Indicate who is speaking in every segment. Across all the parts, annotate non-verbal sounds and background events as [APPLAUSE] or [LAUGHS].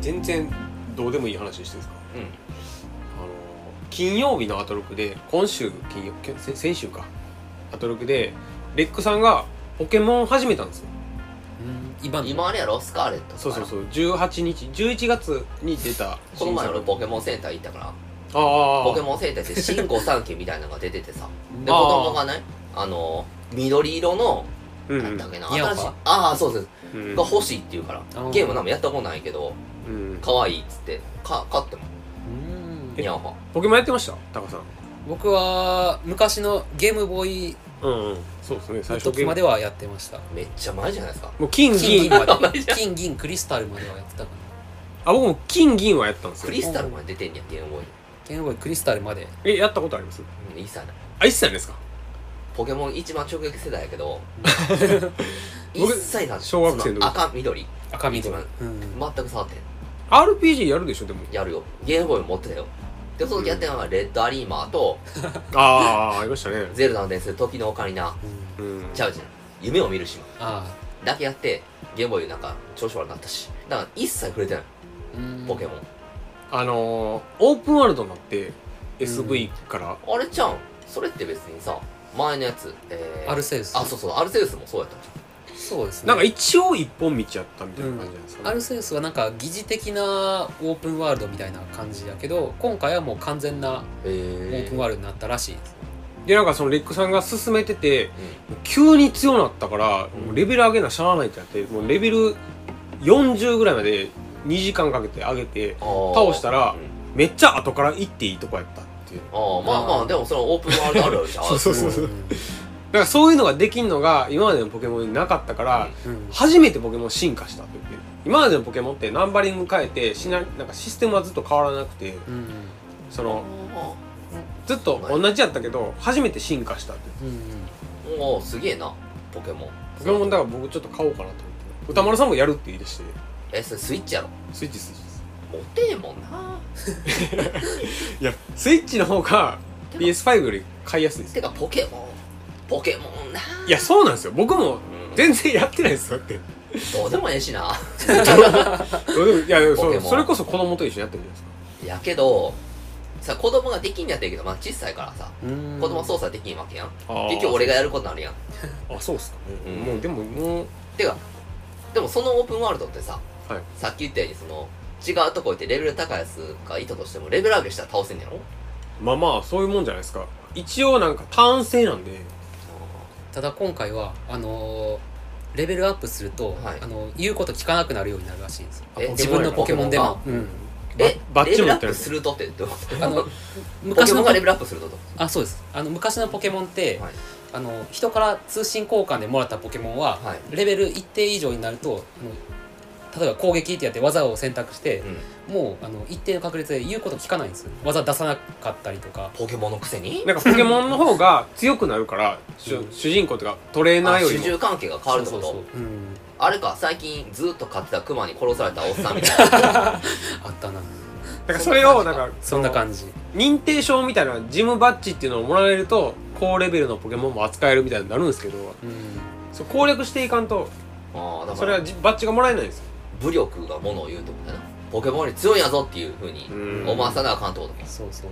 Speaker 1: 全然どうでもいい話してるんですか
Speaker 2: うん
Speaker 1: あの金曜日のアトロクで今週金曜きょ先先週かアトロクでレックさんがポケモンを始めたんですよ
Speaker 3: 今の
Speaker 2: 今あれやろスカーレットとか
Speaker 1: そうそうそう18日11月に出た
Speaker 2: この前
Speaker 1: 新作
Speaker 2: 俺ポケモンセンター行ったから
Speaker 1: ああ
Speaker 2: ポケモンセンターって新御三家みたいなのが出
Speaker 1: [LAUGHS]
Speaker 2: ててさで子
Speaker 1: あー
Speaker 2: 供がねあの緑色の
Speaker 1: うんう
Speaker 2: なん
Speaker 1: ん
Speaker 2: だっけな、
Speaker 3: うん
Speaker 2: 新しいああそうです
Speaker 1: うん
Speaker 2: が欲しいって言うから
Speaker 3: あー
Speaker 2: ゲームなんもやったことないけど
Speaker 1: うん
Speaker 2: 可愛いっつってか買っても
Speaker 3: うん
Speaker 2: ニャンハ
Speaker 1: ポケモンやってましたタカさん
Speaker 3: 僕は昔のゲームボーイ
Speaker 1: うん、うん、そうですね最
Speaker 3: の
Speaker 1: 初
Speaker 3: 時まではやってました
Speaker 2: めっちゃ前じゃないですか
Speaker 1: もう [LAUGHS] 金銀
Speaker 3: 金銀まで
Speaker 2: 同じや
Speaker 3: 金銀クリスタルまではやってたかな
Speaker 1: あ僕も金銀はやったんです
Speaker 2: ク
Speaker 1: よ
Speaker 2: リスタルまで出てんやゲームボーイ
Speaker 3: ゲームボーイクリスタルまで
Speaker 1: えやったことあります
Speaker 2: でうん一切ない
Speaker 1: あ一切ないですか
Speaker 2: ポケモン一番直撃世代や
Speaker 1: [LAUGHS]
Speaker 2: けど一
Speaker 1: 僕
Speaker 2: 切なんです
Speaker 1: 小学生の時
Speaker 2: そ赤緑
Speaker 3: 赤緑、
Speaker 2: 一
Speaker 3: うん
Speaker 2: 全く触ってん
Speaker 1: RPG やるでしょでも
Speaker 2: やるよゲームボーイ持ってたよでその時やってたのがレッドアリーマーと
Speaker 1: ああありましたね
Speaker 2: ゼルダの伝説時のオカリナ
Speaker 3: うん
Speaker 1: うん
Speaker 2: ちゃうじゃん夢を見る島
Speaker 3: あ
Speaker 2: だけやってゲームボーイなんか調子悪くなったしだから一切触れてない
Speaker 3: あうん
Speaker 2: ポケモン
Speaker 1: あのー、オープンワールドになって SV から、
Speaker 2: あれちゃんそれって別にさ前のやつえー、
Speaker 3: アルセウス
Speaker 2: あそうそうアルセウスもそうやったんじ
Speaker 3: そうですね
Speaker 1: なんか一応一本道やったみたいな感じなんですか
Speaker 3: ア
Speaker 1: ね、
Speaker 3: ルセウスはなんか疑似的なオープンワールドみたいな感じだけど今回はもう完全な
Speaker 2: ゃん
Speaker 3: オ
Speaker 2: へ
Speaker 3: ープンワールドになったらしいです、
Speaker 1: でなんかそのレックさんが進めてて急に強なったから、
Speaker 2: うん
Speaker 1: もうレベル上げなしゃあないってなってもうレベル40ぐらいまで2時間かけて上げて倒したらめっちゃ後から行っていいとこやったっていう
Speaker 2: あーまあまあでもそのオープンワールドあるあるじゃん
Speaker 1: [LAUGHS] そうそうそうそうだからそういうのができんのが今までのポケモンになかったから、
Speaker 3: うんうん
Speaker 1: 初めてポケモン進化したって言って今までのポケモンってナンバリング変えてしななんかシステムはずっと変わらなくて
Speaker 3: うん
Speaker 1: そ
Speaker 2: あ
Speaker 1: の
Speaker 2: ー
Speaker 1: ずっと同じやったけど初めて進化したって
Speaker 3: うん
Speaker 2: おおすげえなポケモン
Speaker 1: ポケモンだから僕ちょっと買おうかなと思って歌丸さんもやるって言い出して
Speaker 2: えそれスイッチやろ
Speaker 1: スイッチスイッチです
Speaker 2: 持てえもんない
Speaker 1: やスイッチの方が PS5 より買いやすいです
Speaker 2: てかポケモンポケモンない
Speaker 1: やそうなんですよ僕も
Speaker 2: うん
Speaker 1: 全然やってないですよ
Speaker 2: [LAUGHS]
Speaker 1: だって
Speaker 2: どうでもええしな
Speaker 1: いや
Speaker 2: ポ
Speaker 1: そ
Speaker 2: ケ
Speaker 1: う
Speaker 2: モン
Speaker 1: それこそ子供と一緒にやってるじゃないですか
Speaker 2: やけどさ子供ができんやったらいいけどまあ小さいからさ
Speaker 3: うんうん
Speaker 2: 子供操作できんわけやん
Speaker 1: あー
Speaker 2: 結局俺がやることになるやん
Speaker 1: あそうっすかね、
Speaker 2: うん
Speaker 1: もうでももう
Speaker 2: てかでもそのオープンワールドってさ、
Speaker 1: はい
Speaker 2: さっき言ったようにその違うとこ行ってレベル高いやつがいたとしてもレベル上げしたら倒せんねやろ
Speaker 1: まあまあそういうもんじゃないですか一応なんか単性なんで
Speaker 3: ただ今回はあのーレベルアップすると、
Speaker 2: はい
Speaker 3: あの言うこと聞かなくなるようになるらしいんですよ
Speaker 2: え
Speaker 3: 自分のポケモンでも、うん、
Speaker 1: ば
Speaker 2: え
Speaker 1: バッ
Speaker 2: レ
Speaker 1: チ
Speaker 2: ベ
Speaker 1: も
Speaker 2: ル
Speaker 1: やっ
Speaker 2: アッ
Speaker 1: てる
Speaker 2: プするとってどういうこと
Speaker 3: あ
Speaker 2: [LAUGHS]
Speaker 3: の
Speaker 2: ポケ
Speaker 3: 昔
Speaker 2: モン
Speaker 3: の
Speaker 2: がレベルアップするとってこ
Speaker 3: あそうですあの昔のポケモンって、
Speaker 2: はい
Speaker 3: あの人から通信交換でもらったポケモンは、
Speaker 2: とはい、
Speaker 3: レベル一定以上になるとあの例えば攻撃ってやって技を選択して
Speaker 2: う、ん、
Speaker 3: もうあの一定の確率で言うこと聞かないんですよ技出さなかったりとか
Speaker 2: ポケモンのくせに
Speaker 1: なんかポケモンの方が強くなるから、主
Speaker 3: うん
Speaker 1: 主人公とかトレーナ
Speaker 2: あ
Speaker 1: ーより
Speaker 2: 主
Speaker 1: も
Speaker 2: 従関係が変わるってこと
Speaker 3: そうそうそう、うん、
Speaker 2: あれか最近ずっと飼ってたクマに殺されたおっさん
Speaker 1: [LAUGHS]
Speaker 2: みたいな
Speaker 3: あったな
Speaker 1: だからそれをなんか
Speaker 3: そんな感じ
Speaker 1: その認定証みたいなジムバッジっていうのをもらえると高レベルのポケモンも扱えるみたいになるんですけど
Speaker 3: うん
Speaker 1: そう攻略していかんと
Speaker 2: ああだ
Speaker 1: そ
Speaker 2: か
Speaker 1: れ
Speaker 2: ら
Speaker 1: はじバッジがもらえないんですよ
Speaker 2: 武力がものを言うってことだなポケモンより強いんやぞっていうふうに
Speaker 1: うん
Speaker 2: 思わさなあかんってことか
Speaker 3: そうそう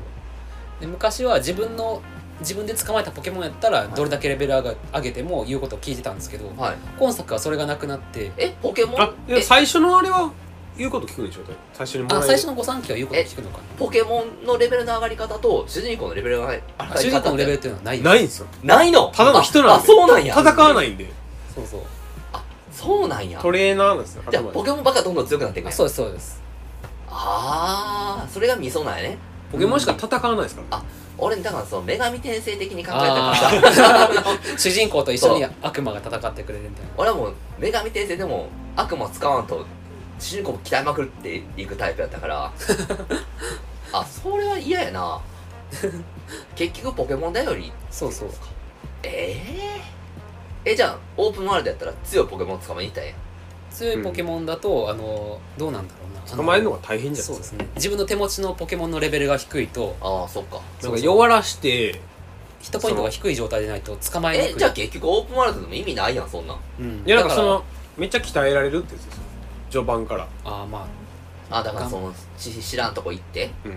Speaker 3: で昔は自分の自分で捕まえたポケモンやったら
Speaker 2: い
Speaker 3: どれだけレベル上が上げても言うことを聞いてたんですけど、
Speaker 2: はい
Speaker 3: 今作はそれがなくなって
Speaker 2: えポケモン
Speaker 1: あでも
Speaker 2: え
Speaker 1: 最初のあれは言うこと聞くんでしょ最初にもらえ
Speaker 3: あ
Speaker 1: る
Speaker 3: 最初の御三家は言うこと聞くのか
Speaker 2: ポケモンのレベルの上がり方と主人公のレベルの上がり
Speaker 3: な主人公のレベル
Speaker 2: ル
Speaker 3: っていうのはない
Speaker 1: ないんですよ
Speaker 2: ないの
Speaker 1: ただの人なんで
Speaker 2: ああそうなんや
Speaker 1: 戦わないんで
Speaker 3: そうそう
Speaker 2: そうなんや
Speaker 1: トレーナーなんですよ
Speaker 2: じゃあ
Speaker 1: あくまで
Speaker 2: ポケモンばっかどんどん強くなっていくん
Speaker 3: あ
Speaker 2: や
Speaker 3: そうですそうです
Speaker 2: あーそれがミソなんやね
Speaker 1: ポケモンしか戦わないですから、ね
Speaker 2: あ俺だからその女神転生的に考えたからさ
Speaker 3: あー主人公と一緒に悪魔が戦ってくれるみたいな
Speaker 2: 俺はもう女神転生でも悪魔使わんと主人公も鍛えまくっていくタイプやったから
Speaker 3: [LAUGHS]
Speaker 2: あそれは嫌やな結局ポケモンだより
Speaker 3: そうそう
Speaker 2: えええじゃあオープンワールドやったら強いポケモン捕まえに行ったらえ
Speaker 3: 強いポケモンだと、あのどうなんだろうな
Speaker 1: 捕まえるの
Speaker 3: が
Speaker 1: が大変じゃな
Speaker 3: そ
Speaker 1: いうで
Speaker 3: ですすね自分の手持ちのポケモンのレベルが低いと
Speaker 2: えやんああそっか
Speaker 1: かなんか弱らして
Speaker 3: ヒットポイントが低い状態でないと捕まえに
Speaker 2: え
Speaker 3: くい
Speaker 2: じゃあ結局オープンワールドでも意味ないやんそんなん
Speaker 3: うん
Speaker 1: いやなんか
Speaker 3: だ
Speaker 1: そ
Speaker 3: ら
Speaker 1: のめっちゃ鍛えられるってやつですよ序盤から
Speaker 3: ああま
Speaker 2: あだからその知知らんとこ行って
Speaker 1: うん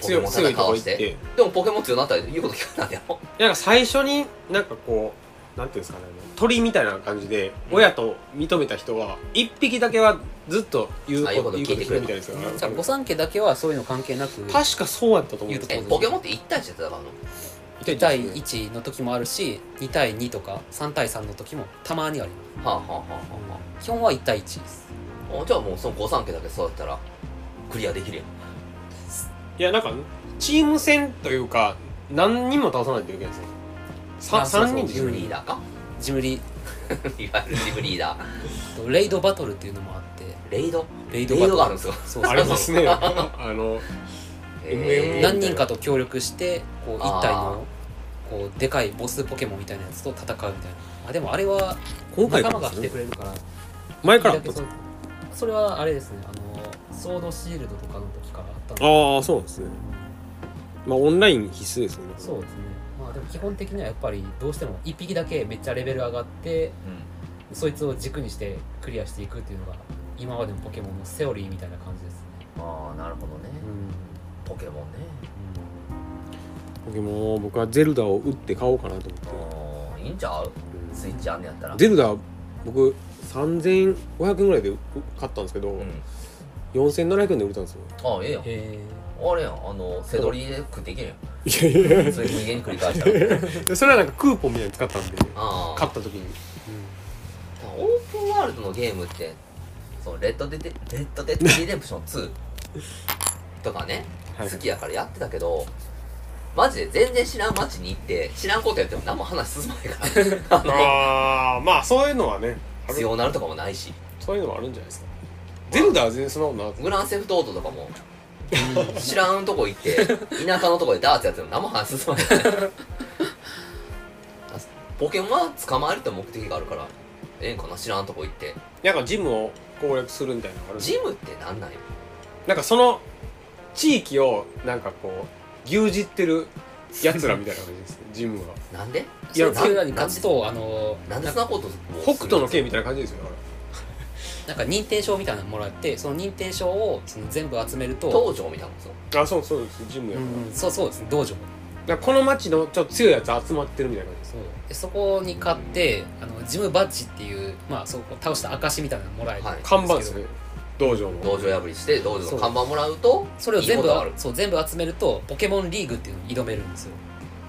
Speaker 2: ポケ
Speaker 1: 強
Speaker 2: モ
Speaker 1: い
Speaker 2: ン
Speaker 1: 強
Speaker 2: 戦
Speaker 1: いとこ
Speaker 2: わ
Speaker 1: 行っ
Speaker 2: して
Speaker 1: て
Speaker 2: でもポケモン強くなったら言うこと聞かないやろ
Speaker 1: なんか最初になんかこうなんていうんですかね鳥みたいな感じで
Speaker 2: うん
Speaker 1: 親と認めた人は一匹だけはずっと言う
Speaker 2: あ言う
Speaker 1: こ
Speaker 2: ことと
Speaker 1: 言う
Speaker 2: 聞
Speaker 1: こ
Speaker 2: い
Speaker 1: とするみ
Speaker 2: てくれた
Speaker 1: たいですよね
Speaker 3: じゃあ御三家だけはそういうの関係なく
Speaker 1: 確かそうやったと思う
Speaker 3: 言うと
Speaker 2: えポケモンって1対1だったらあの
Speaker 3: 1対1の時もあるし2対2とか3対3の時もたまにありま
Speaker 2: はあはあはあは
Speaker 3: す基本は1対1です
Speaker 2: あはああじゃあもうその御三家だけ育ったらクリアできるやん
Speaker 1: いやなんかチーム戦というか何人も倒さないといけないですねさ
Speaker 3: あそうそう
Speaker 1: 3人で
Speaker 2: [LAUGHS] ジ
Speaker 1: し
Speaker 2: ム
Speaker 1: ょ
Speaker 2: リーダーか
Speaker 3: ジムリ
Speaker 2: いわゆるジムリーダー
Speaker 3: とレイドバトルっていうのもあって
Speaker 2: レイド
Speaker 3: レイ
Speaker 2: レイドがあるんですよ
Speaker 3: そう
Speaker 1: あ
Speaker 3: そ
Speaker 1: り
Speaker 3: う
Speaker 1: ま
Speaker 3: そう
Speaker 1: すねあの
Speaker 2: えー
Speaker 3: 何人かと協力してこう1体
Speaker 2: あ
Speaker 3: のこうでかいボスポケモンみたいなやつと戦うみたいなあでもあれは
Speaker 1: 今回から
Speaker 3: 仲間が
Speaker 1: で
Speaker 3: 来
Speaker 1: す
Speaker 3: て
Speaker 1: ね
Speaker 3: くれるから
Speaker 1: 前からあっ
Speaker 3: そ
Speaker 1: た
Speaker 3: うそれはあれですねあのソードシールドとかの時からあったので
Speaker 1: ああそうなんですねまあオンライン必須ですよね
Speaker 3: そうですねまあでも基本的にはやっぱりどうしても1匹だけめっちゃレベル上がってそいつを軸にしてクリアしていくっていうのが今までのポケモンのセオリーみたいな感じですね
Speaker 2: うんああなるほどね
Speaker 3: う
Speaker 2: ポケモンね
Speaker 1: ポケモン僕はゼルダを打って買おうかなと思って
Speaker 2: うんいいんちゃうスイッチあんねやったら
Speaker 1: ゼルダ僕3500円ぐらいで買ったんですけど、
Speaker 2: うん
Speaker 1: 4700円で売れたんですよ
Speaker 2: ああええやん
Speaker 3: へ
Speaker 2: あれやんあの背取りで食っていける
Speaker 1: いやい
Speaker 2: やんそれ無限に繰り返したら
Speaker 1: やそれはなんかクーポンみたいに使ったんで
Speaker 2: ああ
Speaker 1: 買った時に
Speaker 2: オープンワールドのゲームってそうレッドデデレッドデッドリデンプション2とかね、
Speaker 1: はい
Speaker 2: 好きやからやってたけどマジで全然知らん街に行って知らんことやっても何も話進まないからあ
Speaker 1: ああまあそういうのはね
Speaker 2: の必要なるとかもないし
Speaker 1: そういうのはあるんじゃないですかゼルダは全然そんなことな
Speaker 2: グランセフトオートとかも知らんとこ行って田舎のとこでダーツやっても何も話進まないポケモンは捕まえるって目的があるからええんかな知らんとこ行って
Speaker 1: いなんかジムを攻略するみたいなのがあるんです
Speaker 2: ジ
Speaker 1: よ
Speaker 2: ムってなんなんよ
Speaker 1: なんかその地域をなんかこう牛耳ってるやつらみたいな感じですねジムは
Speaker 2: なんで
Speaker 1: いや
Speaker 3: それに勝つとあの
Speaker 2: なんでそんなことをする
Speaker 1: 北斗の拳みたいな感じですよだか
Speaker 3: なんか認定証みたいなのもらってその認定証をその全部集めると、
Speaker 2: 東条みたいなもんですよ
Speaker 1: らあそうそうですジムや
Speaker 3: う
Speaker 1: から,、
Speaker 3: ん、そうそうですね道場
Speaker 1: なんかこの町のちょっと強いやつ集まってるみたいな感じです
Speaker 3: そうでそこに買ってあのジムバッジっていうまあそうこう倒した証みたいなのもらえる、
Speaker 2: はい
Speaker 1: 看板ですね道場の
Speaker 2: 道場破りして道場の看板もらうと
Speaker 3: それを全
Speaker 2: いいこ
Speaker 3: 部
Speaker 2: とがある
Speaker 3: そう全部集めるとポケモンリーグっていうのに挑めるんですよ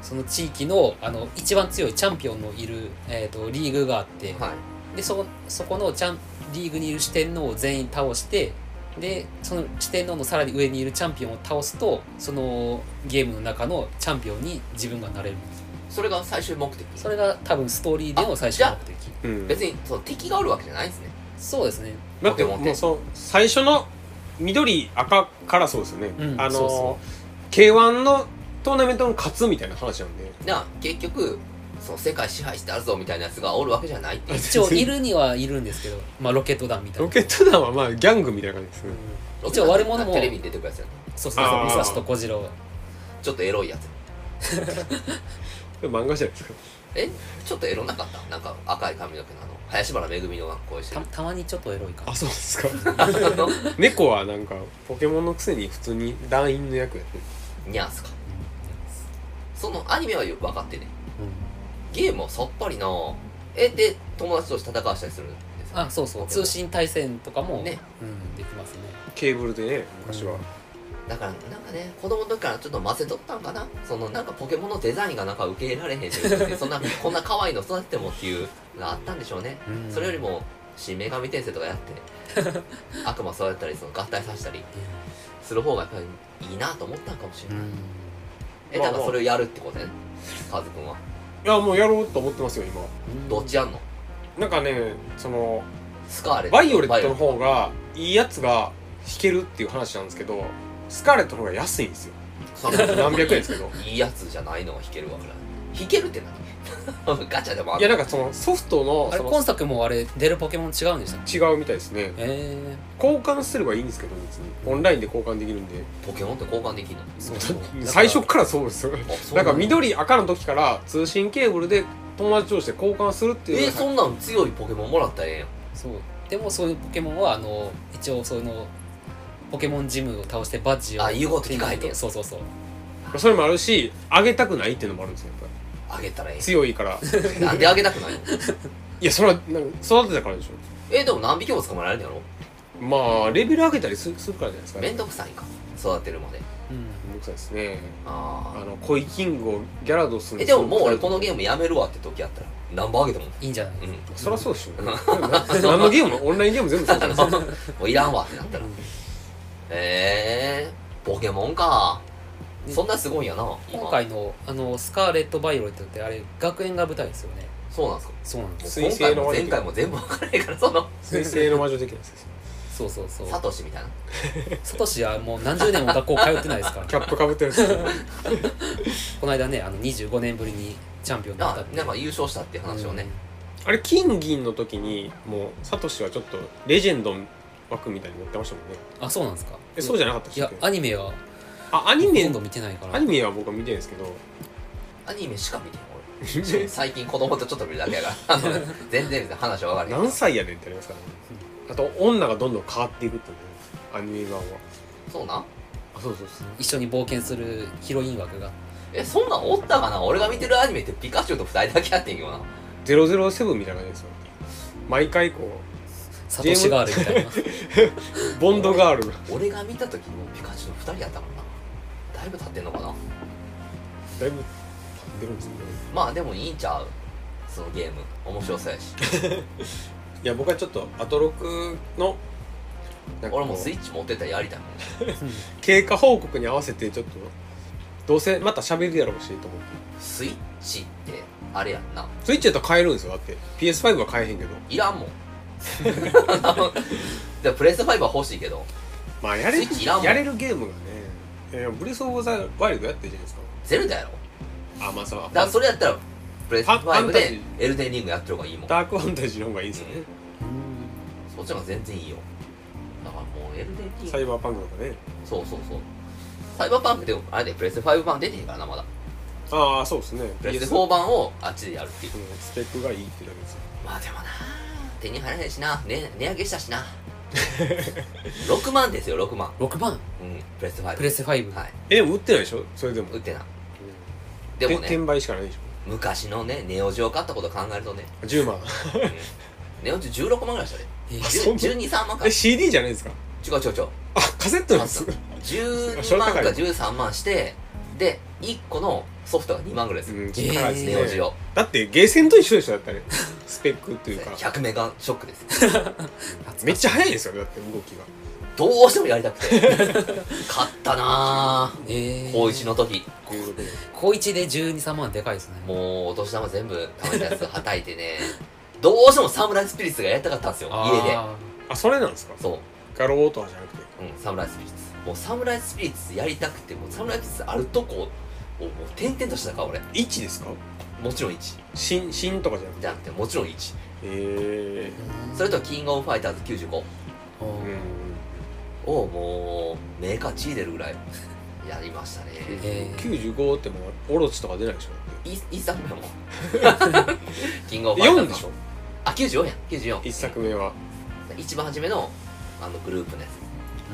Speaker 3: その地域のあの一番強いチャンピオンのいる、えー、とリーグがあって、
Speaker 2: はい
Speaker 3: でそそこのチャンリーグにいる四天王を全員倒してでその四天王のさらに上にいるチャンピオンを倒すとそのゲームの中のチャンピオンに自分がなれるんです
Speaker 2: それが最終目的
Speaker 3: それが多分ストーリーでの最終目的
Speaker 1: うん
Speaker 2: 別にその敵があるわけじゃないんですね
Speaker 3: そうです
Speaker 2: [LAUGHS]
Speaker 3: ね
Speaker 1: だって
Speaker 2: ポケモンって
Speaker 1: もうそう最初の緑赤からそうですよね、
Speaker 3: うん
Speaker 1: あの
Speaker 3: そうそ
Speaker 1: K1 のトーナメントの勝つみたいな話なんで
Speaker 2: な結局その世界支配してあるぞみたいなやつがおるわけじゃないっていう
Speaker 1: [LAUGHS]
Speaker 3: 一応いるにはいるんですけど、まあ、ロケット団みたいな
Speaker 1: ロケット団はまあギャングみたいな感じですね、
Speaker 3: 一応悪者も
Speaker 2: テレビに出てくるやつやな
Speaker 3: そうそう
Speaker 1: あ
Speaker 3: そ
Speaker 1: ー
Speaker 3: う武蔵と小次郎
Speaker 2: ちょっとエロいやつ
Speaker 1: でも漫画じゃないですか
Speaker 2: えちょっとエロなかったなんか赤い髪の毛のあの林原めぐみの声して
Speaker 3: た
Speaker 2: る
Speaker 3: たまにちょっとエロいかな
Speaker 1: あそうですか猫はなんかポケモンのくせに普通に団員の役やってる
Speaker 2: [LAUGHS] ニャースかそのアニメはよく分かってねゲームはさっぱりなえで友達として戦わしたりするんですよ
Speaker 3: あそうそう通信対戦とかも、
Speaker 2: ね
Speaker 3: うん、できますね
Speaker 1: ケーブルでね昔は、
Speaker 3: うん
Speaker 2: だからなんかね子供の時からちょっと混ぜとったんかなそのなんかポケモンのデザインがなんか受け入れられへんしそんな [LAUGHS] こんな可愛いの育ててもっていうのがあったんでしょうね、
Speaker 3: うん
Speaker 2: それよりも新女神転生とかやって
Speaker 1: [LAUGHS]
Speaker 2: 悪魔育てたりその合体させたりする方がやっぱりいいなと思ったんかもしれ
Speaker 3: う
Speaker 2: ない、
Speaker 3: ん
Speaker 2: えだからそれをやるってことねカズくんはい
Speaker 1: やもうやろうと思ってますよ今
Speaker 2: どっちやんの
Speaker 1: なんかねその
Speaker 2: スカーレット
Speaker 1: バイオレットの方がいいやつが弾けるっていう話なんですけどスカーレットの方が安いんですよ
Speaker 2: バイオレット
Speaker 1: 何百円ですけ [LAUGHS] ど
Speaker 2: いいやつじゃないのが弾けるわから弾けるって何ガチャでもあ
Speaker 1: いや
Speaker 2: る [LAUGHS]
Speaker 1: なんかそのソフトの
Speaker 3: あれ
Speaker 1: その
Speaker 3: 今作もあれ出るポケモン違うんでしたっけ
Speaker 1: 違うみたいですね
Speaker 3: え
Speaker 1: 交換すればいいんですけど別にオンラインで交換できるん [LAUGHS] で
Speaker 2: ポケモンって交換できるの
Speaker 3: えそうそう
Speaker 1: 最初からそうですよ
Speaker 2: あそう
Speaker 1: なんか
Speaker 2: の
Speaker 1: 緑赤の時から通信ケーブルで友達同士で交換するっていうの
Speaker 2: え
Speaker 1: が
Speaker 2: ー、そんなん強いポケモンもらったらええやん
Speaker 3: そうでもそういうポケモンはあの一応そのポケモンジムを倒してバッジを
Speaker 2: あ言うこと聞かへんと
Speaker 3: 手に入れてそうそうそう
Speaker 1: それもあるしあげたくないっていうのもあるんですよやっぱ
Speaker 2: あげたらえ
Speaker 1: り強い [LAUGHS] から
Speaker 2: えなんであげたくないの
Speaker 1: い
Speaker 2: [LAUGHS]
Speaker 1: やそれはなんか育てたからでし
Speaker 2: えでも何匹も捕まえられるんやろ
Speaker 1: ょまあレベル上げたりすするからじゃないですか
Speaker 2: め
Speaker 1: ね
Speaker 2: んどくさいか育てるまで
Speaker 3: うん
Speaker 1: めんどくさいですねあ
Speaker 2: あ
Speaker 1: の恋キングをギャラドス
Speaker 2: あ
Speaker 1: に
Speaker 2: えでももう俺こ
Speaker 1: の
Speaker 2: のゲームやめるわって時あったら何本あげても
Speaker 3: いいんじゃない
Speaker 2: うん [LAUGHS] も
Speaker 1: そりゃそうでしょ何のゲームもオンラインゲーム全部そうじゃないですか
Speaker 2: ういらんわってなったらええポケモンか
Speaker 3: ね
Speaker 2: そんなすごいんやな今
Speaker 3: 今回のあのスカーレット・バイオレットってあれ学園が舞台ですよね
Speaker 2: そうなんですか
Speaker 3: そうなんで
Speaker 1: 水
Speaker 3: す
Speaker 2: もう今
Speaker 1: 星
Speaker 2: 回
Speaker 1: の
Speaker 2: も
Speaker 1: 魔女
Speaker 2: 前回も全部わからないからその
Speaker 1: 水星の魔女的なやつですよ
Speaker 3: そうそうそう
Speaker 2: サトシみたいな
Speaker 3: サトシはもう何十年も学校通ってないですから
Speaker 1: キャップかぶってるんですよ
Speaker 3: この間ねあの25年ぶりにチャンピオンになった
Speaker 2: あ
Speaker 3: って
Speaker 2: なんか優勝したっていう話をね、
Speaker 1: あれ金銀の時にもうサトシはちょっとレジェンド枠みたいになってましたもんね
Speaker 3: うんあそうなんですか
Speaker 1: えそうじ
Speaker 3: じ
Speaker 1: ゃなかったで
Speaker 3: い
Speaker 1: しょ
Speaker 3: やアニメは
Speaker 1: あアニ
Speaker 3: ほと
Speaker 1: メ
Speaker 3: んど見てないから
Speaker 1: アニメは僕は見てるんですけど
Speaker 2: アニメしか見てない
Speaker 1: [LAUGHS]
Speaker 2: 俺最近子供とちょっと見るだけやからあの全然話は分からへん
Speaker 1: 何歳やねんってありますからねあと女がどんどん変わっていくってねアニメ版は
Speaker 2: そうなん
Speaker 1: あそうそうそう
Speaker 3: 一緒に冒険するヒロイン枠が
Speaker 2: えそんなんおったかな俺が見てるアニメってピカチュウと二人だけやってんけどな
Speaker 1: 007みたいな感じですよ毎回こう
Speaker 3: サトシガールみたいな
Speaker 1: ボンドガールが
Speaker 2: 俺が見た時もピカチュウと二人やったからなだいぶ経ってんのかな
Speaker 1: だいぶ出るんですよね
Speaker 2: まあでもいいんちゃうそのゲーム面白そうやし
Speaker 1: いや僕はちょっとアトロクのなんかこう
Speaker 2: 俺もスイッチ持ってたらやりたいもん
Speaker 1: [LAUGHS] 経過報告に合わせてちょっとどうせまた喋るやろうしと思って
Speaker 2: スイッチってあれやんな
Speaker 1: スイッチやったら買えるんですよだって PS5 は買えへんけど
Speaker 2: いらん
Speaker 1: [LAUGHS]
Speaker 2: もんじゃあプレステ5は欲しいけど
Speaker 1: まあやれ
Speaker 2: スイッチいらんもん
Speaker 1: やれるゲームがねえー、ブレス・オブ・ザ・ワイルドやってるじゃないですか
Speaker 2: ゼルダやろ
Speaker 1: あまあそう
Speaker 2: だからそれやったらプレステ
Speaker 1: ファン
Speaker 2: 5
Speaker 1: タジ
Speaker 2: でエルデンリングやってる方がいいもん
Speaker 1: ダークファンタジーの方がいいんですよね、
Speaker 2: そっちの方が全然いいよだからもうエルデンリン
Speaker 1: サ
Speaker 2: グ
Speaker 1: イバーパンクとかね
Speaker 2: そうそうそうサイバーパンクでもあれでプレステ5版出てへんからなまだ
Speaker 1: ああそうですね
Speaker 2: プレステ
Speaker 1: PS う
Speaker 2: 4版をあっちでやるっていうん
Speaker 1: スペックがいいってだけですよ
Speaker 2: まあでもな手に入らないしな、ね、値上げしたしな [LAUGHS] 6万ですよ6万
Speaker 3: 6番
Speaker 2: うんプレステ5
Speaker 3: プレステ5
Speaker 2: はい
Speaker 1: えでも売ってないでしょそれでも
Speaker 2: 売ってない
Speaker 1: うん
Speaker 2: でも
Speaker 1: て
Speaker 2: ね
Speaker 1: 転売しかないでし
Speaker 2: 昔のねネオジオ買ったこと考えるとね
Speaker 1: ょ10万
Speaker 2: [LAUGHS] ネオジオ16万ぐらいしたで
Speaker 3: えー
Speaker 1: あそんな
Speaker 2: 123万か
Speaker 1: え CD じゃないですか
Speaker 2: 違う違う違う
Speaker 1: あカセットなんです
Speaker 2: 12万か13万してで1個のソフトが2万ぐらいでする、
Speaker 1: うん
Speaker 3: えー
Speaker 1: 高い
Speaker 2: ネオ
Speaker 1: です
Speaker 2: ジ
Speaker 1: ね
Speaker 2: オ
Speaker 1: だってゲーセンと一緒でしょだったらスペックというか
Speaker 2: 100メガショックです
Speaker 1: めっちゃ速いですよねだって動きが
Speaker 2: どうしてもやりたくて買ったなぁ
Speaker 3: えー
Speaker 2: 高1の時
Speaker 3: 高一で123万でかいですね
Speaker 2: もうお年玉全部貯めたやつはたいてねどうしてもサムライスピリッツがやりたかったんですよ家で
Speaker 3: あ
Speaker 1: あそれなんですか
Speaker 2: そう
Speaker 1: ガローとかじゃなくて
Speaker 2: うん、サムライスピリッツもうサムライスピリッツやりたくてもうサムライスピリッツあるとこをもう転々としてたから俺
Speaker 1: 1ですか
Speaker 2: もちろん1
Speaker 1: 新新とかじゃなくて
Speaker 2: じゃなくてもちろん1
Speaker 1: え
Speaker 3: ー
Speaker 2: それとキングオブファイターズ95
Speaker 3: あ
Speaker 1: え
Speaker 3: ー
Speaker 2: をもうメーカー血出る
Speaker 1: [LAUGHS]
Speaker 2: ぐらいやりましたね
Speaker 3: えー
Speaker 1: 95ってもうオロチとか出ないでしょ
Speaker 2: い一作
Speaker 1: [LAUGHS]
Speaker 2: 目もキングオブファイター
Speaker 1: 4
Speaker 2: ズ
Speaker 1: でしょ
Speaker 2: あ94や94
Speaker 1: 1作目は
Speaker 2: 一番初めのあのグループのや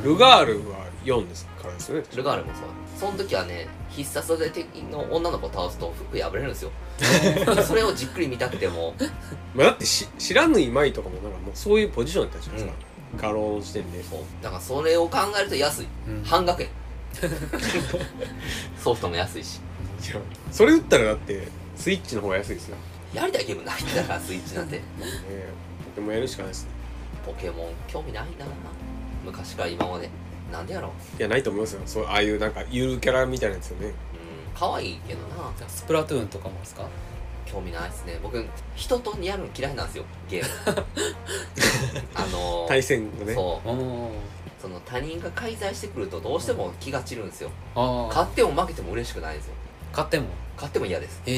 Speaker 1: ルガールは4ですからですよね
Speaker 2: つルガールもそうその時はね必殺技で敵の女の子を倒すと服破れる
Speaker 1: [LAUGHS]
Speaker 2: んですよそれをじっくり見たくても
Speaker 1: まあ、だってし知らぬいまいとかもなんかもうそういうポジションだったじゃないですか、ガロー視点で
Speaker 2: そうだからそれを考えると安い
Speaker 3: うん
Speaker 2: 半
Speaker 1: [LAUGHS]
Speaker 2: 額やソフトも安いし
Speaker 1: いやそれ打ったらだってスイッチの方が安いですよ、ね
Speaker 2: やりたいゲームないんだからスイッチなんて
Speaker 1: え、でもやるしかないですね
Speaker 2: ポケモン興味ないな昔から今までなんでやろう
Speaker 1: いやないと思いますよそうああいうなんかゆるキャラみたいなやつよね
Speaker 2: うん可愛いけどな
Speaker 3: スプラトゥーンとかもですか
Speaker 2: 興味ないですね僕人とやるの嫌いなんですよゲー [LAUGHS] ムあのー
Speaker 1: 対戦がね
Speaker 2: そ
Speaker 3: あー
Speaker 2: うその他人が介在してくるとどうしても気が散るんですよ
Speaker 3: あー
Speaker 2: 勝っても負けても嬉しくないんですよ
Speaker 3: 買っても
Speaker 2: 勝っても嫌です
Speaker 3: え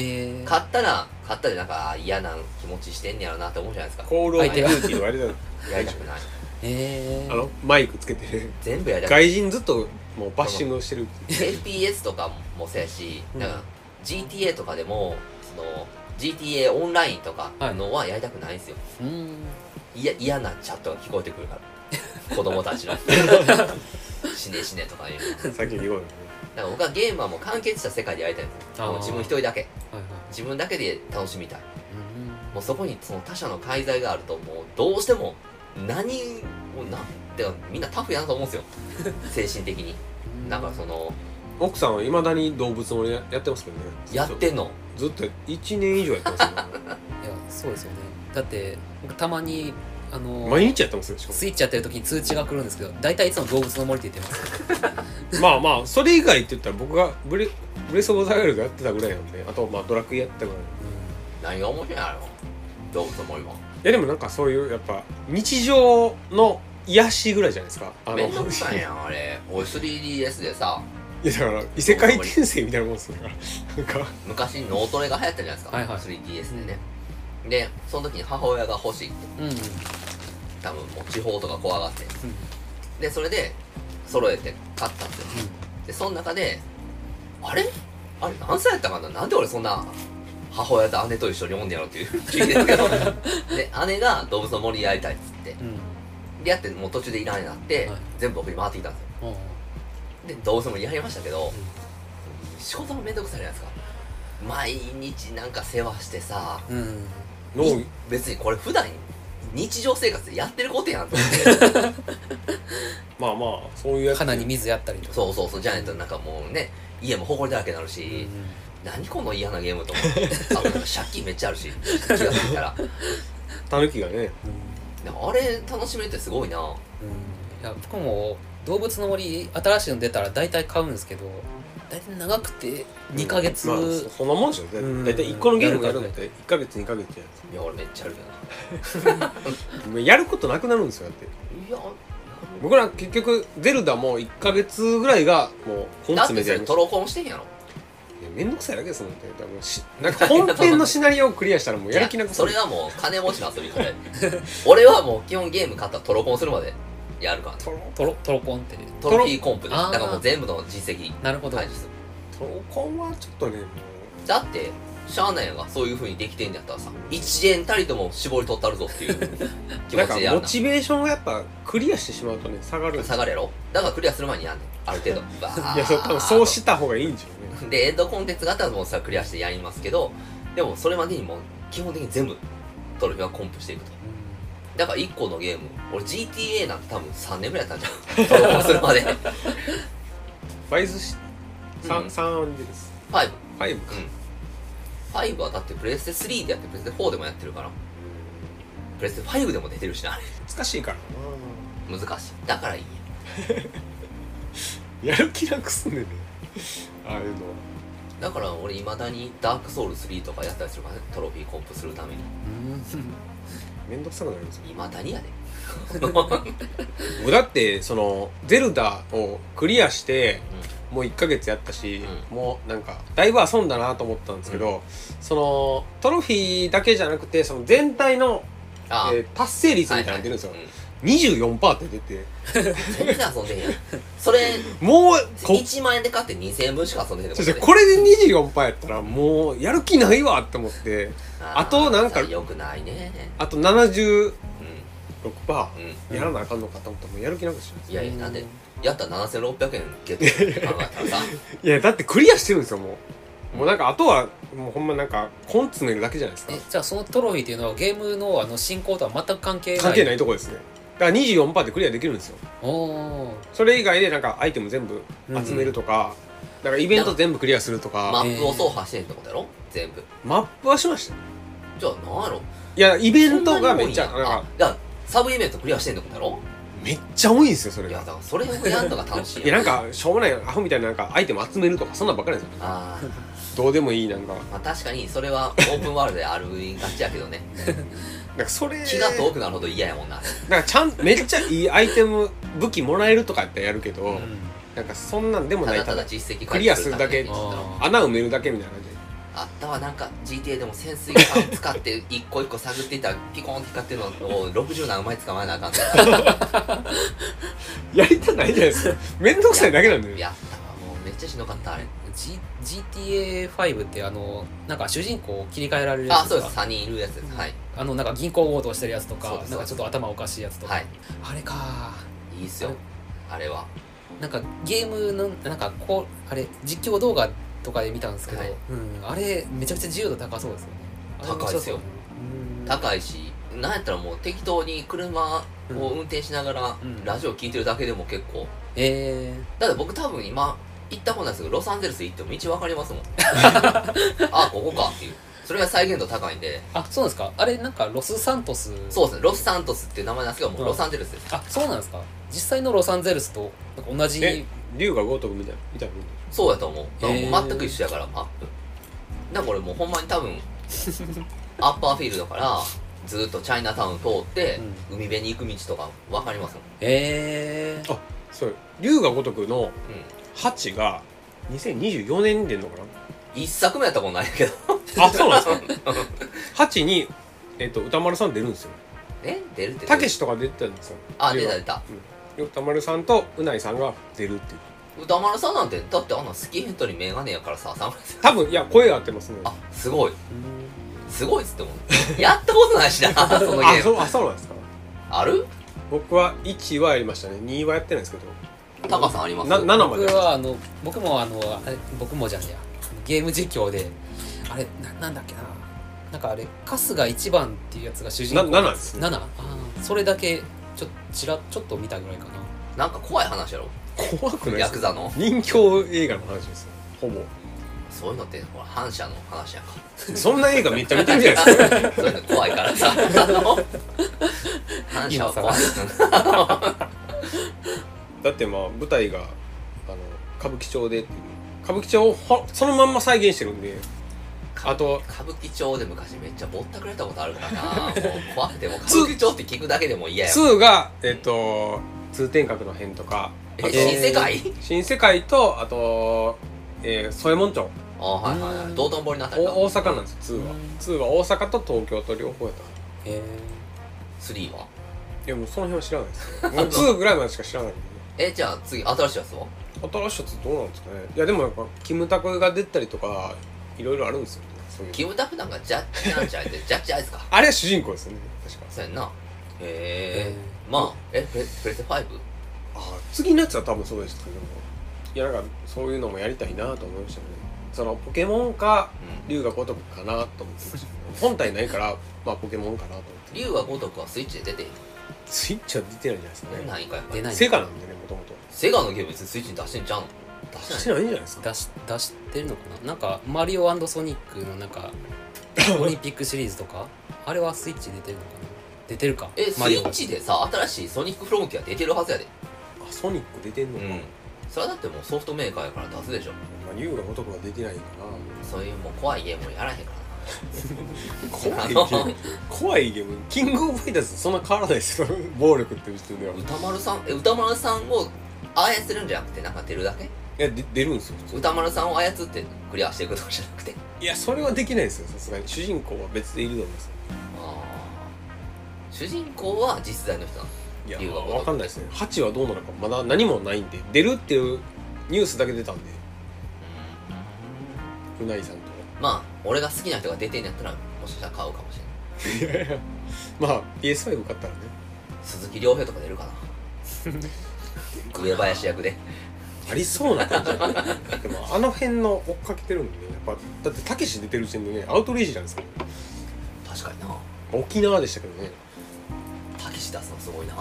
Speaker 3: ー
Speaker 2: 勝ったら勝ったでなんかあー嫌な気持ちしてんねやろなって思うじゃないですか
Speaker 1: コールオブデューティーはあ
Speaker 2: [LAUGHS]
Speaker 1: れだ
Speaker 2: やりたくない
Speaker 3: えー
Speaker 1: あのマイクつけてね
Speaker 2: 全部やりたくない
Speaker 1: 外人ずっともうバッシングをしてる
Speaker 2: FPS とかもそうやし、
Speaker 1: うん
Speaker 2: なんか GTA とかでもその GTA オンラインとかのはやりたくないんですよ
Speaker 3: うーん [LAUGHS]
Speaker 2: いや嫌なチャットが聞こえてくるから子供たちの死ね死ねとか言うの
Speaker 1: さっきに言おうよね
Speaker 2: だから僕はゲームはもう完結した世界でやりたいんです
Speaker 3: あー
Speaker 2: もう自分一人だけ
Speaker 3: はいはい
Speaker 2: 自分だけで楽しみたい
Speaker 3: うん
Speaker 2: もうそこにその他者の介在があるともうどうしても何をなんてかみんなタフやなと思うん
Speaker 3: [LAUGHS]
Speaker 2: ですよ精神的に
Speaker 3: うん
Speaker 2: だからその
Speaker 1: 奥さんはいまだに動物もややってますけどね
Speaker 2: やってんの
Speaker 1: ずっと1年以上やってます
Speaker 2: [LAUGHS]
Speaker 1: よ、ね、
Speaker 3: いやそうですよねだって僕たまにあの
Speaker 1: 毎日やってますよしか
Speaker 3: スイッチやってる時に通知が来るんですけど大体いつも動物の森って言ってます
Speaker 1: もまあまあそれ以外って言ったら僕がブレブレス・オブ・ザ・ワイルドやってたぐらいなんであとまあドラクエやってたぐらいい
Speaker 2: 何が面白いの動物も今
Speaker 1: やでもなんかそういうやっぱ日常の癒しぐらいじゃないですかあの
Speaker 2: めんどくさいやんあれ俺 3DS でさ
Speaker 1: いやだから異世界転生みたいなもんですからなんか
Speaker 2: 昔脳トレが流行ったじゃないですか、
Speaker 3: はいはい
Speaker 2: 3DS でねでその時に母親が欲しいって
Speaker 3: うんうん
Speaker 2: 多分もう地方とか怖がってでそれで揃えて買ったんですよでその中であれあれ何歳やったかななんで俺そんな母親と姉と一緒におんねやろっていう [LAUGHS] 聞いてるけ
Speaker 3: [LAUGHS]
Speaker 2: どで姉が動物の森やりたいっつって
Speaker 3: うん
Speaker 2: でやってもう途中でいらんようになって、
Speaker 3: はい
Speaker 2: 全部僕に回ってきたんですよ
Speaker 3: うん
Speaker 2: で動物の森やりましたけど、仕事もめんどくさいじゃないですか毎日なんか世話してさ
Speaker 3: うんうん
Speaker 1: 脳
Speaker 2: 別にこれ普段日常生活でやってることやんと思って
Speaker 1: まあまあそういうやつ
Speaker 3: 鼻に水やったりとか
Speaker 2: そうそうそうじゃないとなんかもうね家も埃だらけになるし、
Speaker 3: うん
Speaker 2: 何この嫌なゲームと思ってあなんか借金めっちゃあるし気がついたら
Speaker 1: タヌキがね
Speaker 3: うん
Speaker 2: でもあれ楽しめるってすごいな
Speaker 3: うんいや僕も動物の森新しいの出たら大体買うんですけど大体長くて2ヶ月、
Speaker 1: まあ、そんなもんでしょ
Speaker 3: うん
Speaker 1: 大体1個のゲームやるのって1ヶ月2ヶ月じゃないです
Speaker 2: いや俺めっちゃあるよ
Speaker 1: かもうやることなくなるんですよだって
Speaker 2: ないや
Speaker 1: 僕ら結局ゼルダも1ヶ月ぐらいがもう本
Speaker 2: だ
Speaker 1: 詰
Speaker 2: って
Speaker 1: め
Speaker 2: そ
Speaker 1: でや
Speaker 2: れ
Speaker 1: りま
Speaker 2: ト
Speaker 1: す
Speaker 2: ロコンしてんやろ
Speaker 1: いやめんどくさいだけですもんね多分しなんか本編のシナリオをクリアしたらもうやる気なくな
Speaker 2: いや
Speaker 1: る
Speaker 2: それはもう金持ちの遊びそれ [LAUGHS] 俺はもう基本ゲーム買ったらトロコンするまでやるからね
Speaker 1: トロ
Speaker 3: トロトロコンって
Speaker 2: トロフィーコンプで
Speaker 3: あー
Speaker 2: だからもう全部の実績
Speaker 3: なるほど、
Speaker 2: 排除する
Speaker 1: トロコンはちょっとねもう
Speaker 2: だってしゃあないやんがそういう風にできてんだったらさ1円たりとも絞り取ったるぞっ
Speaker 1: [LAUGHS]
Speaker 2: ていう気
Speaker 1: なん
Speaker 2: 持ち
Speaker 1: か
Speaker 2: でやる
Speaker 1: モチベーションがやっぱクリアしてしまうとね下がるんです
Speaker 2: 下
Speaker 1: よ
Speaker 2: がるやろだからクリアする前にやんねんある程度バーッ
Speaker 1: いやそう多分そうした方がいいんでしょうね
Speaker 2: でエンドコンテンツがあったらもうさクリアしてやりますけどでもそれまでにもう基本的に全部トロフィーはコンプしていくとだから1個のゲーム俺 GTA なんて多分3年ぐらいやったんじゃんトロフィーする
Speaker 1: [LAUGHS]
Speaker 2: まで
Speaker 1: バイスし
Speaker 2: う
Speaker 1: 3,
Speaker 2: ん
Speaker 1: 三アンジです
Speaker 2: 5
Speaker 1: 5か
Speaker 2: 5はだってプレステ3でやってプレステ4でもやってるからプレステ5でも出てるしなあれ
Speaker 1: 難しいから
Speaker 2: 難しいだからいいや
Speaker 1: やる気なくすんねん [LAUGHS] ねああいうのは
Speaker 2: だから俺未だにダークソウル3とかやったりするからねトロフィーコンプするために
Speaker 3: うん
Speaker 1: めんどくさくなりますよ
Speaker 2: 未だにやで
Speaker 1: もうだってそのゼルダをクリアしてもう1ヶ月やったし、もうなんかだいぶ遊んだなと思ったんですけど、そのトロフィーだけじゃなくてその全体の、
Speaker 2: ああ
Speaker 1: えー達成率みたいなの出るんですよ、
Speaker 2: はいはい
Speaker 1: 24%って出て
Speaker 2: うん全然遊んでへんやんそれ
Speaker 1: [LAUGHS] もうこ
Speaker 2: 1万円で買って2000円分しか遊んでへんって
Speaker 1: そ
Speaker 2: こ
Speaker 1: して
Speaker 2: と
Speaker 1: これで24%やったらもうやる気ないわって思って
Speaker 2: あー
Speaker 1: あとなんか
Speaker 2: よくないね
Speaker 1: あと76%
Speaker 2: う
Speaker 1: や
Speaker 2: んうん
Speaker 1: らなあかんのかと思ったらもうやる気なくしちゃうんです
Speaker 2: いやいやなんでやったら7600円ゲットって
Speaker 1: [LAUGHS]
Speaker 2: 考えたらさ
Speaker 1: いやだってクリアしてるんですよもうもうなんかあとはもうほんまなんかコン詰めるだけじゃないですか
Speaker 3: えじゃあそのトロフィーっていうのはゲームのあの進行とは全く関係ない
Speaker 1: 関係ないいとこですねだから24%でクリアできるんですよ
Speaker 3: おお
Speaker 1: それ以外でなんかアイテム全部集めるとか、だからイベント全部クリアすると
Speaker 2: マ
Speaker 1: か、
Speaker 2: ップを走破してんってことやろ全部
Speaker 1: マップはしましたね
Speaker 2: じゃあ何やろ
Speaker 1: いやイベント
Speaker 2: そんな
Speaker 1: が
Speaker 2: に多
Speaker 1: め
Speaker 2: いん
Speaker 1: っちゃ
Speaker 2: や
Speaker 1: なんか
Speaker 2: あじゃあサブイベントクリアしてんってことやろ
Speaker 1: めっちゃ多いんですよそれ
Speaker 2: いや
Speaker 1: が
Speaker 2: だからそれをやんのが楽し
Speaker 1: い
Speaker 2: い
Speaker 1: や
Speaker 2: やん
Speaker 1: なんかしょうもないアホみたいななんかアイテム集めるとかそんなんばっかりですよ
Speaker 2: あー
Speaker 1: どうでもいいなんか
Speaker 2: まあ確かにそれはオープンワールドであるがちやけど
Speaker 1: [LAUGHS]
Speaker 2: ね
Speaker 1: なんかそれ
Speaker 2: 気が遠くなるほど嫌やもんな
Speaker 1: なんかちゃんめっちゃいいアイテム武器もらえるとかやってやるけど、
Speaker 2: うん
Speaker 1: なんかそんなんでも
Speaker 2: た
Speaker 1: ない
Speaker 2: だた
Speaker 1: た
Speaker 2: だ
Speaker 1: だ
Speaker 2: 実績
Speaker 1: クリアするだけ
Speaker 2: 返してくるために
Speaker 1: 穴埋めるだけみたいな感じで
Speaker 2: あったわなんか GTA でも潜水艦使って一個一個探っていったらピコーンって光ってるのを60何枚捕まえなあかんとか
Speaker 1: やりたないじゃないですか [LAUGHS] めんどくさいだけなんだよ
Speaker 2: やったわもうめっちゃしんどかったあれ
Speaker 3: G- GTA5 ってあのなんか主人公を切り替えられるや
Speaker 2: あ
Speaker 3: つ
Speaker 2: そう
Speaker 3: と
Speaker 2: です
Speaker 3: か
Speaker 2: 3人いるやつですはい
Speaker 3: あのなんか銀行強盗してるやつとか
Speaker 2: そうです
Speaker 3: なんかちょっと頭おかしいやつとか、
Speaker 2: はい
Speaker 3: あれか
Speaker 2: いいっすよあれは
Speaker 3: なんかゲームのなんかこうあれ実況動画とかで見たんですけど、
Speaker 2: はい
Speaker 3: うん、あれめちゃくちゃ自由度高そうですよねあれ
Speaker 2: 高いですよ
Speaker 3: 面白そう
Speaker 2: 高いしなんやったらもう適当に車を運転しながら
Speaker 3: うん
Speaker 2: ラジオ聞いてるだけでも結構
Speaker 3: え
Speaker 2: だって僕多分今行ったことないですけどロサンゼルス行っても道分かり [LAUGHS] ますもんあここかっていうそれが再現度高いんで
Speaker 3: ー、あそうなんですかあれなんかロスサントス
Speaker 2: そう
Speaker 3: う
Speaker 2: ですねロスサントスっていう名前なんですけどもう
Speaker 3: うん
Speaker 2: ロサンゼルスです
Speaker 3: あそうなんですか実際のロサンゼルスとなんか同じ
Speaker 1: え龍が如くみたいなみたいなもん
Speaker 2: そうやと思うだからもう
Speaker 3: へー
Speaker 2: 全く一緒やからマップだからこれもうほんまに
Speaker 1: [LAUGHS]
Speaker 2: 多分アッパーフィールドからずっとチャイナタウン通って、海辺に行く道とか分かりますもん、
Speaker 3: えー、
Speaker 1: そう龍が如くの
Speaker 2: う
Speaker 1: 8が2024年に出んのか
Speaker 2: ん、一作目やったことないけど
Speaker 1: なあそうなんですか8に、えっと歌丸さん出るんですよ
Speaker 2: [LAUGHS] え出るって
Speaker 1: たけしとか出てたんですよ
Speaker 2: あ
Speaker 1: 龍
Speaker 2: 出
Speaker 1: が
Speaker 2: た出た
Speaker 1: うん歌丸さんとうないさんが出るっていう
Speaker 2: 歌丸さんなんてだってあんなスキンヘッドにメガネやからさサムライさん
Speaker 1: 多分いや声が合ってますね
Speaker 2: あすごい
Speaker 3: うん
Speaker 2: すごいっつっても
Speaker 1: [LAUGHS]
Speaker 2: やったことないしなそのゲ
Speaker 1: あ
Speaker 2: ー
Speaker 1: そう
Speaker 2: ム
Speaker 1: あそうなんですか
Speaker 2: ある
Speaker 1: 僕は1はやりましたね2はやってないんですけ
Speaker 2: タカさんありま
Speaker 1: ど
Speaker 2: す
Speaker 1: な7ま
Speaker 3: 僕
Speaker 1: で
Speaker 3: はあの僕もあのあれ僕もじゃねえやゲーム実況であれななんだっけななんかあれ春日一番っていうやつが主人
Speaker 1: な
Speaker 3: 公
Speaker 1: 7ですね
Speaker 3: 7あーそれだけちょちらちょっと見たぐらいかな
Speaker 2: なんか怖い話やろ
Speaker 1: 怖くないで
Speaker 2: ヤ
Speaker 1: す
Speaker 2: ク
Speaker 1: か
Speaker 2: ザの
Speaker 1: 人形映画の話ですよほぼ
Speaker 2: そういうのってほら反射の話やんか
Speaker 1: そんな映画めっちゃ見てるじゃないです [LAUGHS] か
Speaker 2: そういうの怖いからさあの反射は怖い
Speaker 1: だってまあ舞台があの歌舞伎町でっていう歌舞伎町をほそのまんま再現してるんであと
Speaker 2: 歌舞伎町で昔めっちゃぼったくれたことあるか
Speaker 1: [LAUGHS]
Speaker 2: らなもう怖くても歌舞伎町って聞くだけでも嫌やもん
Speaker 1: 2がえっと通天閣の辺とかあと
Speaker 2: え新世界
Speaker 1: 新世界とあとえー宗右衛門町
Speaker 2: あはいはいはい道頓堀のあたり
Speaker 1: お大阪なん
Speaker 2: ん
Speaker 1: ですよ2は
Speaker 3: うん
Speaker 1: 2は大阪と東京と両方やったから
Speaker 3: え
Speaker 2: 3はい
Speaker 1: やもうその辺は知らない
Speaker 2: [LAUGHS]
Speaker 1: ですよ2ぐらいまでしか知らないけどね
Speaker 2: えじゃあ次新しいやつは
Speaker 1: 新しいやつどうなんですかねいやでもやっぱキムタクが出たりとかいろいろあるんですよねそういう
Speaker 2: キムタクなんかジャッジなんちゃいってジャッジアイズか
Speaker 1: あれは主人公ですよね確か
Speaker 2: そうやんなへえ
Speaker 3: え
Speaker 2: まあえプレプレステ 5?
Speaker 1: あ次のやつは多分そうでしたけどもいやなんかそういうのもやりたいなと思いましたねそのポケモンか
Speaker 2: うん
Speaker 1: 龍が如くかなと思ってましたけど本体ないからまあポケモンかなと思って
Speaker 2: 竜は如くはスイッチで出ている
Speaker 1: スイッチは出てないんじゃないですかね
Speaker 2: 何回か
Speaker 3: 出ない
Speaker 1: セガなんでねもともと
Speaker 2: セガのゲーム別にスイッチに出してんちゃうの出
Speaker 1: し
Speaker 2: して
Speaker 1: て
Speaker 2: な
Speaker 1: な
Speaker 2: い
Speaker 1: いんじゃないです
Speaker 3: ー、
Speaker 1: か
Speaker 3: 出し出してるのかななんかマリオソニックのなん
Speaker 2: [LAUGHS]
Speaker 3: かオリンピックシリーズとかあれはスイッチ出てるのかな出てるか
Speaker 2: えスイ
Speaker 3: マリオ
Speaker 2: ッチでさ新しいソニックフロンティア出てるはずやで
Speaker 1: あソニック出てんの
Speaker 2: う
Speaker 1: か、
Speaker 2: んそれはだってもうソフトメーカーやから出すでしょ
Speaker 1: まあ、龍が如くは出てないか
Speaker 2: そういうもう怖いゲームやらへんか
Speaker 1: な怖
Speaker 2: ら
Speaker 1: いゲーム怖いゲームキングオブファイターズとそんな変わらないですよ暴力っていう時点では
Speaker 2: な歌丸さんえ歌丸さんを操るんじゃなくてなんか出るだけ
Speaker 1: いやで出るんですよ普通
Speaker 2: 歌丸さんを操ってクリアしていくとかじゃなくて
Speaker 1: いやそれはできないですよさすがに主人公は別でいると思います
Speaker 2: あー主人公は実在の人なの
Speaker 1: いや
Speaker 2: 龍が如く
Speaker 1: わかんないですね8はどうなのかまだ何もないんで出るっていうニュースだけ出たんでうないさんと
Speaker 2: まあ俺が好きな人が出てんやったらもしかしたら買うかもしれない
Speaker 1: まあ PS5 買ったらね
Speaker 2: 鈴木亮平とか出 [LAUGHS] るかな上林役で
Speaker 1: ありそうな感じだ [LAUGHS] ねでもあの辺の追っかけてるんでねやっぱだってたけし出てる時点でねアウトレイジなんですけど
Speaker 2: 確かにな
Speaker 1: 沖縄でしたけどね
Speaker 2: たけし出すのすごいな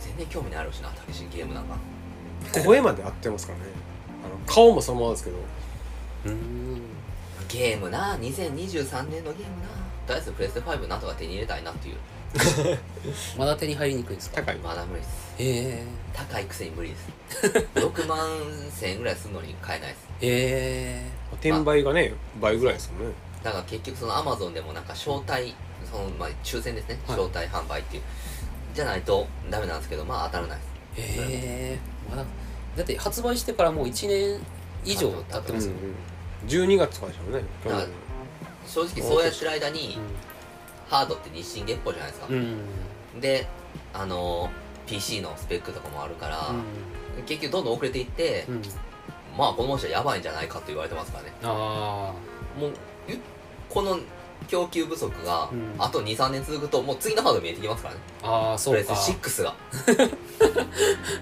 Speaker 2: 全然興味ないやろうしなたけしゲームなんか
Speaker 1: 声まで合ってますからねあの顔もそのままですけど
Speaker 3: うーん
Speaker 2: ゲームな2023年のゲームなとりあえずプレステ5なんとか手に入れたいなっていう
Speaker 3: まだ手に入りにくいんですか
Speaker 1: 高い
Speaker 2: まだ無理です
Speaker 3: え
Speaker 2: 高いくせに無理です
Speaker 3: [LAUGHS]
Speaker 2: 6万1000円ぐらいするのに買えないです
Speaker 3: ー、え
Speaker 1: 転売がね倍ぐらいですもんね
Speaker 2: だから結局そのアマゾンでもなんか招待そのまあ抽選ですね、
Speaker 3: はい
Speaker 2: 招待販売っていうじゃないとダメなんですけどまあ当たらないです
Speaker 3: ー、えー、まだだって発売してからもう1年以上経っ
Speaker 1: うん
Speaker 3: てま
Speaker 1: う
Speaker 3: す
Speaker 1: ん
Speaker 3: よ、
Speaker 1: 12月とかでしょうね去年の
Speaker 2: はい正直そうやってる間にハードって日進月歩じゃないですか
Speaker 3: うん、う、ん
Speaker 2: であの PC のスペックとかもあるから、結局どんどん遅れていって、
Speaker 3: うん、
Speaker 2: まあこの人はやばいんじゃないかと言われてますからね
Speaker 3: ああ
Speaker 2: もうえこの供給不足が
Speaker 3: うん
Speaker 2: あと23年続くともう次のハード見えてきますからね
Speaker 3: ああそ
Speaker 2: プレ
Speaker 3: う
Speaker 2: ス
Speaker 3: か
Speaker 2: 6が
Speaker 3: [LAUGHS]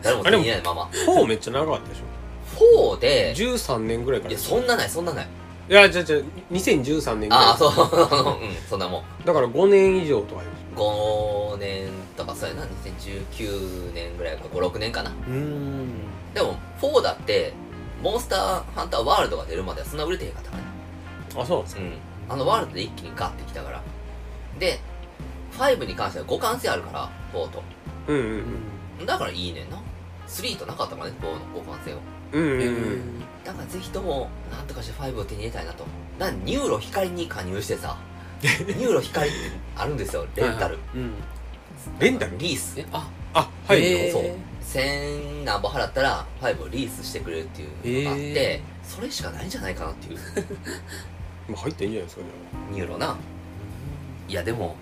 Speaker 2: 誰も手に入れないまま
Speaker 1: 4めっちゃ長かったでしょ
Speaker 2: 4で
Speaker 1: 13年ぐらいから
Speaker 2: いやそんなないそんなない
Speaker 1: いやじゃあじゃあ2013年ぐ
Speaker 2: ああ
Speaker 1: ら
Speaker 2: そううん [LAUGHS] そんなもん
Speaker 1: いだから5年以上とかで
Speaker 2: 5年とかそれな2019年ぐらいか56年かな
Speaker 3: うーん
Speaker 2: でも4だってモンスターハンターワールドが出るまではそんな売れてへんかったからね
Speaker 1: あそうなんです
Speaker 2: うんあのワールドで一気にガッてきたからで5に関しては互換性あるから4と
Speaker 1: うんうん
Speaker 2: だからいいねんな3となかったからね4の互換性を
Speaker 1: うんうん
Speaker 3: う
Speaker 1: うんん
Speaker 3: う
Speaker 1: うんん
Speaker 2: だからぜひともなんとかして5を手に入れたいなとだからニューロ光に加入し
Speaker 1: [LAUGHS]
Speaker 2: てさニューロ光ってあるんですよレンタル
Speaker 3: うん
Speaker 1: レンタル
Speaker 2: リース
Speaker 3: えあ
Speaker 1: あはい、
Speaker 3: へえ
Speaker 2: そう1000何本払ったら5をリースしてくれるっていうのがあって、
Speaker 3: へ
Speaker 2: それしかないんじゃないかなっていう [LAUGHS]
Speaker 1: まあ入っていいんじゃないですかね
Speaker 2: ニューロないやでも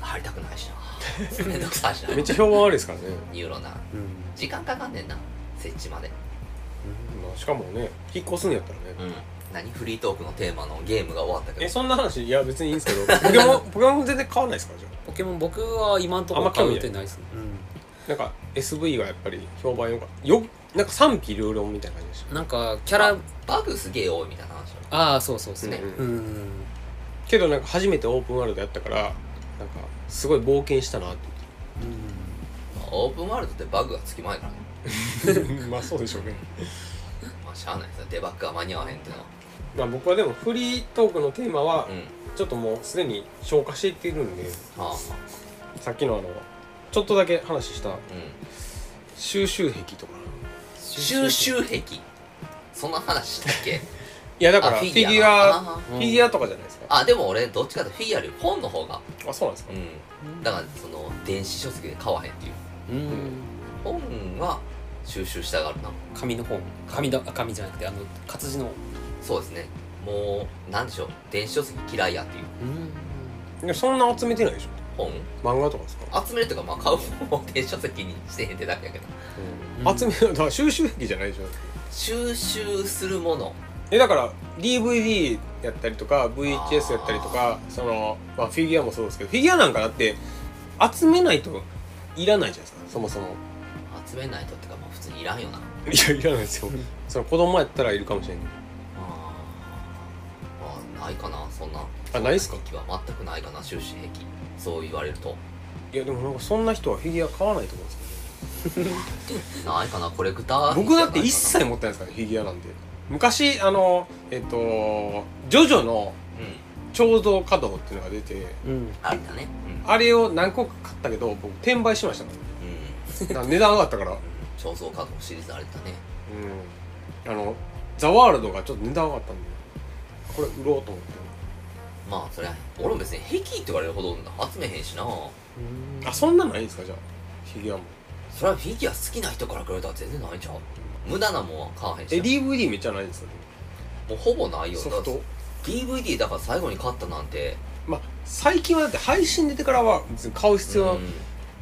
Speaker 2: 入りたくないし
Speaker 1: [LAUGHS]
Speaker 2: なめんどくさいしな
Speaker 1: めっちゃ評判悪いですからね、
Speaker 2: ニューロな
Speaker 3: うんうん
Speaker 2: 時間かかんねんな設置まで
Speaker 1: まあ、しかもね引っ越すんやったらね、
Speaker 2: うん何フリートークのテーマのゲームが終わったけ
Speaker 1: え
Speaker 2: ど
Speaker 1: そんな話いや別にいいんですけ [LAUGHS] どポケモンポケモン全然買わないですからじゃ
Speaker 3: ポケモン僕は今んところ買う予定ないですね
Speaker 1: あなんか SV がやっぱり評判よかったよなんか賛否両論みたいな感じでし
Speaker 3: うんなんかキャラ
Speaker 2: バグすげえ多いみたいな話
Speaker 3: ああそうそうそ
Speaker 1: た
Speaker 3: う
Speaker 1: ね、
Speaker 2: うん
Speaker 1: う
Speaker 3: うんん
Speaker 1: けどなんか初めてオープンワールドやったからなんかすごい冒険したなって
Speaker 2: オープンワールドってバグがつきまえから [LAUGHS] ね
Speaker 1: [LAUGHS] まあそうでしょうね
Speaker 2: まあしゃあないですよデバッグが間に合わへんっていうのは
Speaker 1: まあ僕はでもフリートークのテーマは
Speaker 2: うん
Speaker 1: ちょっともうすでに消化していってるんで
Speaker 2: はあ
Speaker 1: さっきのあのちょっとだけ話した
Speaker 2: うん
Speaker 1: 収集癖とか
Speaker 2: 収集癖そんな話したっけ
Speaker 1: いやだから
Speaker 2: あ
Speaker 1: フ
Speaker 2: フ
Speaker 1: ィギ
Speaker 2: ィギュア
Speaker 1: ュア
Speaker 2: あ
Speaker 1: フィギュアとかじゃないですか
Speaker 2: あでも俺どっちかってフィギュアより本の方が
Speaker 1: あそうなんですか
Speaker 2: うん
Speaker 3: うん
Speaker 2: だからその電子書籍で買わへんっていう
Speaker 3: うん
Speaker 2: 本は収集したがるな
Speaker 3: 紙の本紙だあ紙じゃなくてあの活字の
Speaker 2: そうですねもうなんでしょう電子書籍嫌いやっていう
Speaker 3: う
Speaker 1: で
Speaker 3: ん
Speaker 1: もそんな集めてないでしょ
Speaker 2: 本
Speaker 1: 漫画とかですか
Speaker 2: 集めるとかまあ買う本を電子書籍にしてへんってだけやけど
Speaker 3: うん
Speaker 1: 集めだから収集癖じゃないでしょ
Speaker 2: 収集するもの
Speaker 1: えだから DVD やったりとか VHS やったりとかその、まあ、フィギュアもそうですけどフィギュアなんかだって集めないといらないじゃないですかそもそも
Speaker 2: 集めないとってかまあ普通にいらんよない
Speaker 1: やいらないですよ
Speaker 3: うん
Speaker 1: その子供やったらいるかもしれない
Speaker 2: あーまあないかなそんな
Speaker 1: あないっすか
Speaker 2: 時は全くないかな収集癖そう言われると
Speaker 1: いやでもなんかそんな人はフィギュア買わないと思うんですけどね
Speaker 2: ないかなコレクター
Speaker 1: 僕だって
Speaker 2: 癖
Speaker 1: 一
Speaker 2: じゃ
Speaker 1: 切持ってないですからフィギュアなんて昔あのえっとジョジョの
Speaker 2: ないか
Speaker 1: 彫像稼働っていうのが出て
Speaker 3: うん
Speaker 2: なうんあれだねうん、
Speaker 1: あれを何個か買ったけど僕転売しました [LAUGHS] から
Speaker 2: うん
Speaker 1: だから値段上がったから
Speaker 2: 肖像画のシリーズあれだね
Speaker 1: うんあのザワールドがちょっと値段上がったんでこれ売ろうと思って
Speaker 2: まあそれは俺も別に癖って言われるほど集めへんしな
Speaker 1: あそんなないんですかじゃあフィギュアも
Speaker 2: それはフィギュア好きな人から比べたら全然ないんちゃう無駄なもんは買わへん
Speaker 1: え
Speaker 2: しな
Speaker 1: DVD めっちゃないんですよね
Speaker 2: もうほぼないよ
Speaker 1: ソフ
Speaker 2: だか
Speaker 1: ト
Speaker 2: ら DVD だから最後に買ったなんて
Speaker 1: まあ最近はだって配信出てからは別に買う必要は、
Speaker 2: うん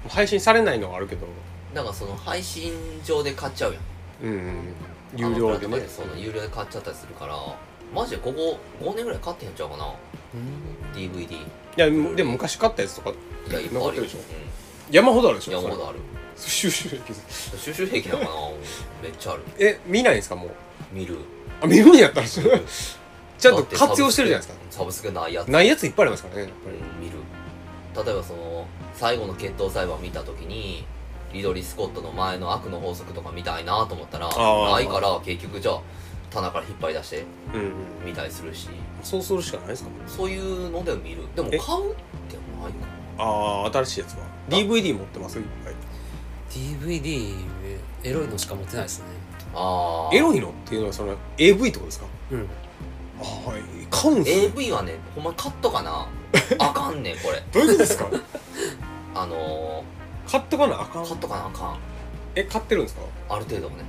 Speaker 1: 配信されないのはあるけど
Speaker 2: だからその配信上で買っちゃうやん
Speaker 1: うん、有料で
Speaker 2: あのプラとか
Speaker 1: ね
Speaker 2: その有料で買っちゃったりするからマジでここ5年ぐらい買ってへんちゃうかな DVD い
Speaker 1: いやむでも昔買ったやつとか
Speaker 2: やいっぱいあ
Speaker 1: 残っ
Speaker 2: る
Speaker 1: て
Speaker 2: よ
Speaker 1: るでしょ山ほどあるで
Speaker 2: う
Speaker 1: し
Speaker 2: ん、
Speaker 1: ょ
Speaker 2: 山ほ
Speaker 1: それ
Speaker 2: どある
Speaker 1: 収集癖
Speaker 2: 収集癖なのかなめっちゃある
Speaker 1: え見ないんですかもう
Speaker 2: 見る
Speaker 1: あ見るんや
Speaker 2: [LAUGHS]
Speaker 1: ったらそれちゃんと活用してるじゃないですか
Speaker 2: サブスクないやつ、
Speaker 1: ないやついっぱいありますからねやっぱり
Speaker 2: うん見る例えばその最後の決闘裁判見た時にリドリー・スコットの前の悪の法則とか見たいなと思ったら
Speaker 1: ー
Speaker 2: ないから結局じゃあ棚から引っ張り出して
Speaker 1: うん、うん、
Speaker 2: 見たりするし
Speaker 1: そうするしかないですかもう
Speaker 2: そういうので見るでも
Speaker 1: え
Speaker 2: 買うってないかな
Speaker 1: ああ新しいやつは DVD 持ってますいっぱい
Speaker 3: DVD エロいのしか持ってないですね
Speaker 2: あー
Speaker 1: エロいのっていうのはその AV ってことですか
Speaker 3: うん
Speaker 1: ああはい買うんすね
Speaker 2: AV はねほんまカットかな [LAUGHS] あかんねんこれ
Speaker 1: どういうことですか
Speaker 2: あの
Speaker 1: 買っとかなあかん
Speaker 2: ー、カットかなあかん
Speaker 1: え買ってるんですか
Speaker 2: ある程度もね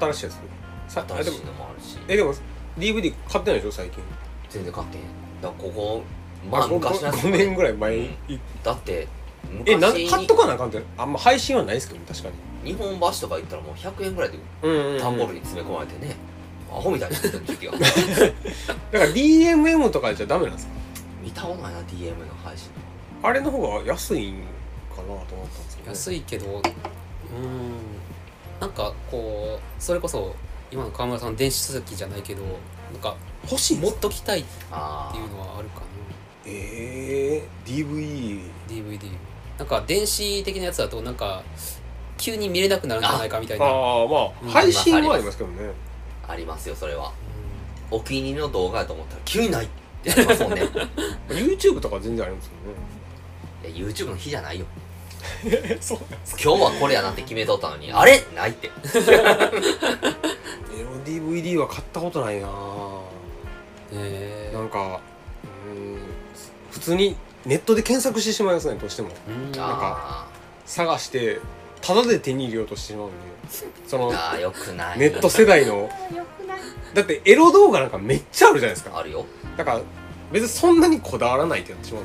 Speaker 1: 新しいやつさあで
Speaker 2: 新し
Speaker 1: も
Speaker 2: いのもあるし
Speaker 1: えでも DVD 買ってないでしょ最近
Speaker 2: 全然買ってへんだからここまあ
Speaker 1: ご
Speaker 2: 昔のやつとか
Speaker 1: ご
Speaker 2: ね
Speaker 1: 5年ぐらい前、
Speaker 2: うんだって
Speaker 1: えなん
Speaker 2: 昔
Speaker 1: 買っとかなあかんってあんま配信はないですけど確かに
Speaker 2: 日本橋とか行ったらもう100円ぐらいで
Speaker 1: うんうん、
Speaker 2: 段ボールに詰め込まれて
Speaker 1: [LAUGHS]
Speaker 2: ね、アホみたいになってる時期が
Speaker 1: だから DMM とかじゃダメなんですか
Speaker 2: 見たことないな DM の配信
Speaker 1: あれの方が安いんかなと思ったんですけど、
Speaker 3: 安
Speaker 1: い
Speaker 3: いけどうーんなんかこうそれこそ今の川村さんの電子書籍じゃないけどなんか
Speaker 1: 欲しいんで
Speaker 3: 持っ
Speaker 1: す
Speaker 3: ときたいっ
Speaker 2: あ
Speaker 3: ていう
Speaker 2: あ
Speaker 3: のはあるかな
Speaker 1: ええ DVD
Speaker 3: DVD なんか電子的なやつだとなんか急に見れなくなるんじゃないかみたいなうん
Speaker 1: ああまあ、
Speaker 3: うん
Speaker 1: 配信はありますけどね
Speaker 2: ありますよそれはお気に入りの動画やと思ったら急にないってなりますもん
Speaker 1: [LAUGHS]
Speaker 2: ねいや
Speaker 1: YouTube とか全然あります
Speaker 2: YouTube の日じゃないよ
Speaker 1: け
Speaker 2: [LAUGHS]
Speaker 1: どねそう
Speaker 2: 今日はこれやなって決めとったのにあれないって
Speaker 1: エロ DVD は買ったことないな
Speaker 3: え
Speaker 1: なんかうん普通にネットで検索してしまいますねどうしても
Speaker 3: うん
Speaker 1: あ
Speaker 2: あ
Speaker 1: 探してタダで手に入れようとしてしまうんでそ
Speaker 2: ー
Speaker 1: の
Speaker 2: あーよくない
Speaker 1: ネット世代のだってエロ動画なんかめっちゃあるじゃないですか
Speaker 2: あるよよ
Speaker 1: だから別にそんなにこだわらないってやってしまう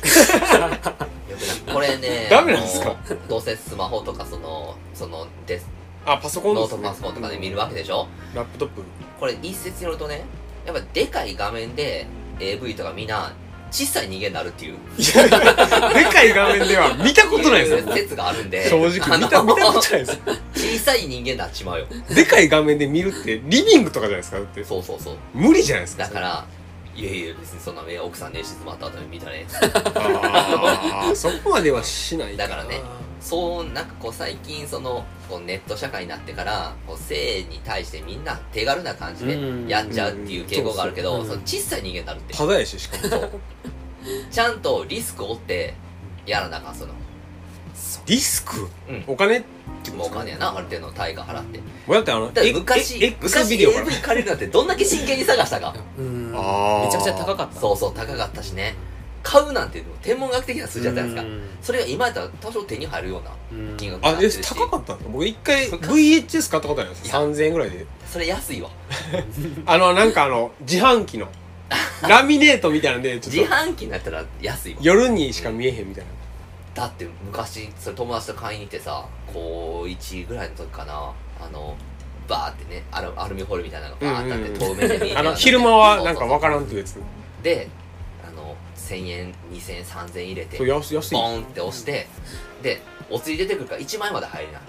Speaker 2: くない [LAUGHS] よくないこれね
Speaker 1: ダメなんすか
Speaker 2: あのどうせスマホとかそのそのデス
Speaker 1: あパソコン
Speaker 2: ノ
Speaker 1: です
Speaker 2: ート
Speaker 1: ね
Speaker 2: パソコンとかで見るわけでしょ
Speaker 1: ラップトップ
Speaker 2: これ一説によるとねやっぱでかい画面で AV とかみんな小さい人間になるっていう
Speaker 1: でかい画面では見たことないですよ
Speaker 2: 説があるんで
Speaker 1: 正直見た
Speaker 2: あの
Speaker 1: 見たことないです
Speaker 2: [LAUGHS]
Speaker 1: よ
Speaker 2: 小さい人間になっちまうよ
Speaker 1: でかい画面で見るってリビングとかじゃないですかだって
Speaker 2: そうそうそう
Speaker 1: 無理じゃないですか
Speaker 2: だからいやいや別にそんな目奥さんね静まった後に見たらええんです
Speaker 1: あーそこまではしない
Speaker 2: だからねそうなんかこう最近そのこうネット社会になってからこう性に対してみんな手軽な感じ
Speaker 3: うん
Speaker 2: でやっちゃうっていう傾向があるけ
Speaker 3: うん
Speaker 2: ど
Speaker 3: うん
Speaker 2: その小さい人間になるって
Speaker 1: ただやししかも
Speaker 2: ちゃんとリスクを負ってやらなあかんその
Speaker 1: リスク、
Speaker 2: うん
Speaker 1: お金って
Speaker 2: もうお金やなある程度の対価払って
Speaker 1: もうだってあの
Speaker 2: だから昔
Speaker 1: X ビ
Speaker 2: 昔
Speaker 1: デオから
Speaker 2: AV 借りるなんてどんだけ真剣に探したか
Speaker 3: うん
Speaker 1: あー
Speaker 3: めちゃくちゃ高かった
Speaker 2: そうそう高かったしね買うなんてもう天文学的な数字だったじゃないですかそれが今やったら多少手に入るような
Speaker 3: うん
Speaker 2: 金額にな
Speaker 1: あ
Speaker 2: って
Speaker 1: え
Speaker 2: るし
Speaker 1: 高かったんですか僕一回 VHS 買ったことあります
Speaker 2: いや
Speaker 1: 3000円ぐらいで
Speaker 2: それ安いわ
Speaker 1: あのなんかあの自販
Speaker 2: [LAUGHS]
Speaker 1: 機のラミネートみたいなんで
Speaker 2: 自
Speaker 1: ちょっと
Speaker 2: 販機になったら安いわ
Speaker 1: 夜にしか見えへんみたいな
Speaker 2: だって昔それ友達と買いに行ってさ高1ぐらいの時かなあのバーってねアルアルミホイルみたいなのがバーってあって
Speaker 1: うん
Speaker 2: 透明で見えるようにな
Speaker 1: あ
Speaker 2: って
Speaker 1: の昼間はなんかわからんっていうやつ
Speaker 2: であの1000円2000円3000円入れて
Speaker 1: そう安安い
Speaker 2: ボーンって押してでお釣り出てくるから1万円まで入れない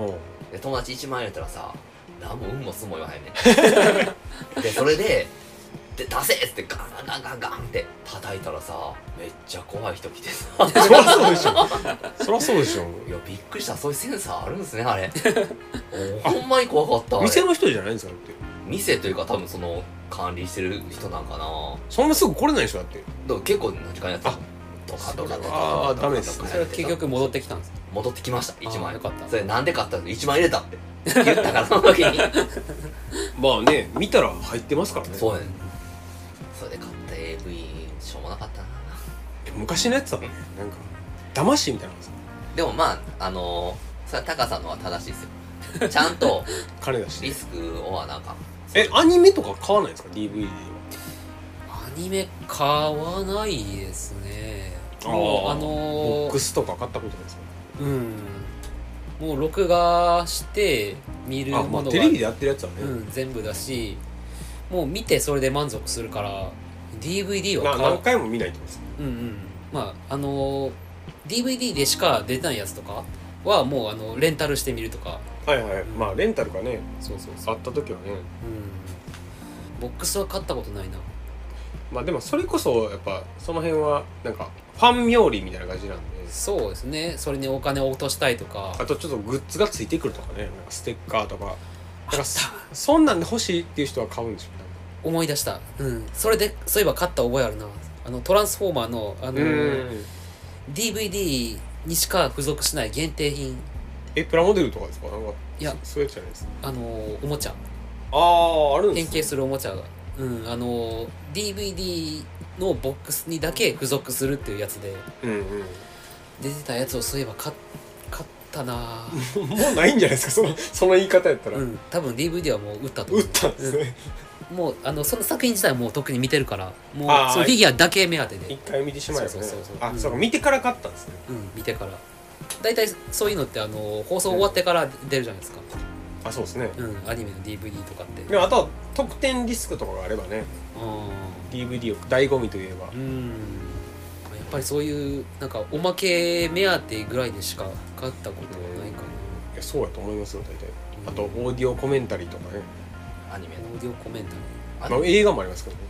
Speaker 1: うん
Speaker 2: で友達1万円入れたらさ何も運もすんも言わへんね
Speaker 1: [LAUGHS]
Speaker 2: んでそれで「で出せ!」っつってガンガンガンガンガンって叩いたらさめっちゃ怖い人来
Speaker 1: [LAUGHS]
Speaker 2: てさ
Speaker 1: そりゃそうでしょそりゃそうでしょ
Speaker 2: いやびっくりしたそういうセンサーあるんです
Speaker 1: [LAUGHS]
Speaker 2: ねあれおほんまに怖かったあれ
Speaker 1: 店の人じゃないんですかだって
Speaker 2: 店というか多分その管理してる人なんかな
Speaker 1: そんなすぐ来れないでしょだって
Speaker 2: だから結構何時間やってたとかとかとか
Speaker 1: あーダメですね
Speaker 3: それは結局戻ってきたんです
Speaker 2: 戻ってきました1万
Speaker 3: あー
Speaker 2: 円
Speaker 3: よかった
Speaker 2: それなんで買ったの1万円入れたって言ったからその時に
Speaker 1: まあね見たら入ってますからね
Speaker 2: [LAUGHS] そうやねんそれで買った AV しょうもなかったな
Speaker 1: 昔のやつだもんねなんか騙しみたいなのさ
Speaker 2: でもまああのー、それは高さんのは正しいですよちゃんと
Speaker 1: 金出し
Speaker 2: リ
Speaker 1: て
Speaker 2: スクをはなんか
Speaker 1: えアニメとか買わないんですか DVD は
Speaker 3: アニメ買わないですね
Speaker 1: あー
Speaker 3: もうあの
Speaker 1: ボ
Speaker 3: ー
Speaker 1: ックスとか買ったことないですか
Speaker 3: うんもう録画して見る
Speaker 1: あま
Speaker 3: も
Speaker 1: あ
Speaker 3: のは
Speaker 1: テレビでやってるやつはね、
Speaker 3: うん、全部だしもう見てそれで満足するから DVD
Speaker 1: な
Speaker 3: は買
Speaker 1: 何
Speaker 3: う
Speaker 1: 回も見ないってことですか
Speaker 3: うんうんまああのー DVD でしか出てないやつとかはもうあのレンタルしてみるとか
Speaker 1: はいはいまあレンタルがね
Speaker 3: そうそうそ
Speaker 1: あ
Speaker 3: う、
Speaker 1: った時はね
Speaker 3: うん、ボックスは買ったことないな
Speaker 1: まあでもそれこそやっぱその辺はなんかファン冥利みたいな感じなんで
Speaker 3: そうですねそれにお金を落としたいとか
Speaker 1: あとちょっとグッズがついてくるとかねなんかステッカーとかなんかそそんなんで欲しいっていう人は買うんでしょ
Speaker 3: 思い出した、うん、それでそういえば買った覚えあるなあのトランスフォーマーのあの
Speaker 1: う
Speaker 3: ー
Speaker 1: ん
Speaker 3: DVD にしか付属しない限定品
Speaker 1: えプラモデルとかですかなんか
Speaker 3: いや
Speaker 1: そそういうやつじゃないですか
Speaker 3: あのーおもちゃ
Speaker 1: あああるんで
Speaker 3: 変
Speaker 1: す
Speaker 3: 形するおもちゃが、うん、あの DVD のボックスにだけ付属するっていうやつで
Speaker 1: うんうん
Speaker 3: 出てたやつをそういえば買っ買ったなぁ、
Speaker 1: もうないんじゃないですかそのその言い方やったら、
Speaker 3: うん、多分 DVD はもう売ったと
Speaker 1: 打
Speaker 3: 思う
Speaker 1: ったんですね、
Speaker 3: うんもうあのその作品自体はもう特に見てるからもう
Speaker 1: あー
Speaker 3: そのフィギュアだけ目当て
Speaker 1: 一
Speaker 3: で、
Speaker 1: 回見てしまえばね
Speaker 3: そうそうそうそう
Speaker 1: あ、
Speaker 3: うん
Speaker 1: そうか見てから買ったんですね
Speaker 3: うん、見てから大体そういうのってあの放送終わってから出るじゃないですか、
Speaker 1: あそうですね
Speaker 3: うん、アニメの DVD とかって、うん
Speaker 1: でもあとは特典リスクとかがあればね、 DVD を醍醐味といえば
Speaker 3: うんやっぱりそういうなんかおまけ目当てぐらいでしか買ったことはないか
Speaker 1: いやそうやと思いますよ大体あとオーディオコメンタリーとかね、
Speaker 2: アニメ
Speaker 3: なオーディオコメンタリ
Speaker 2: あ
Speaker 1: まあ、映画もありますけどね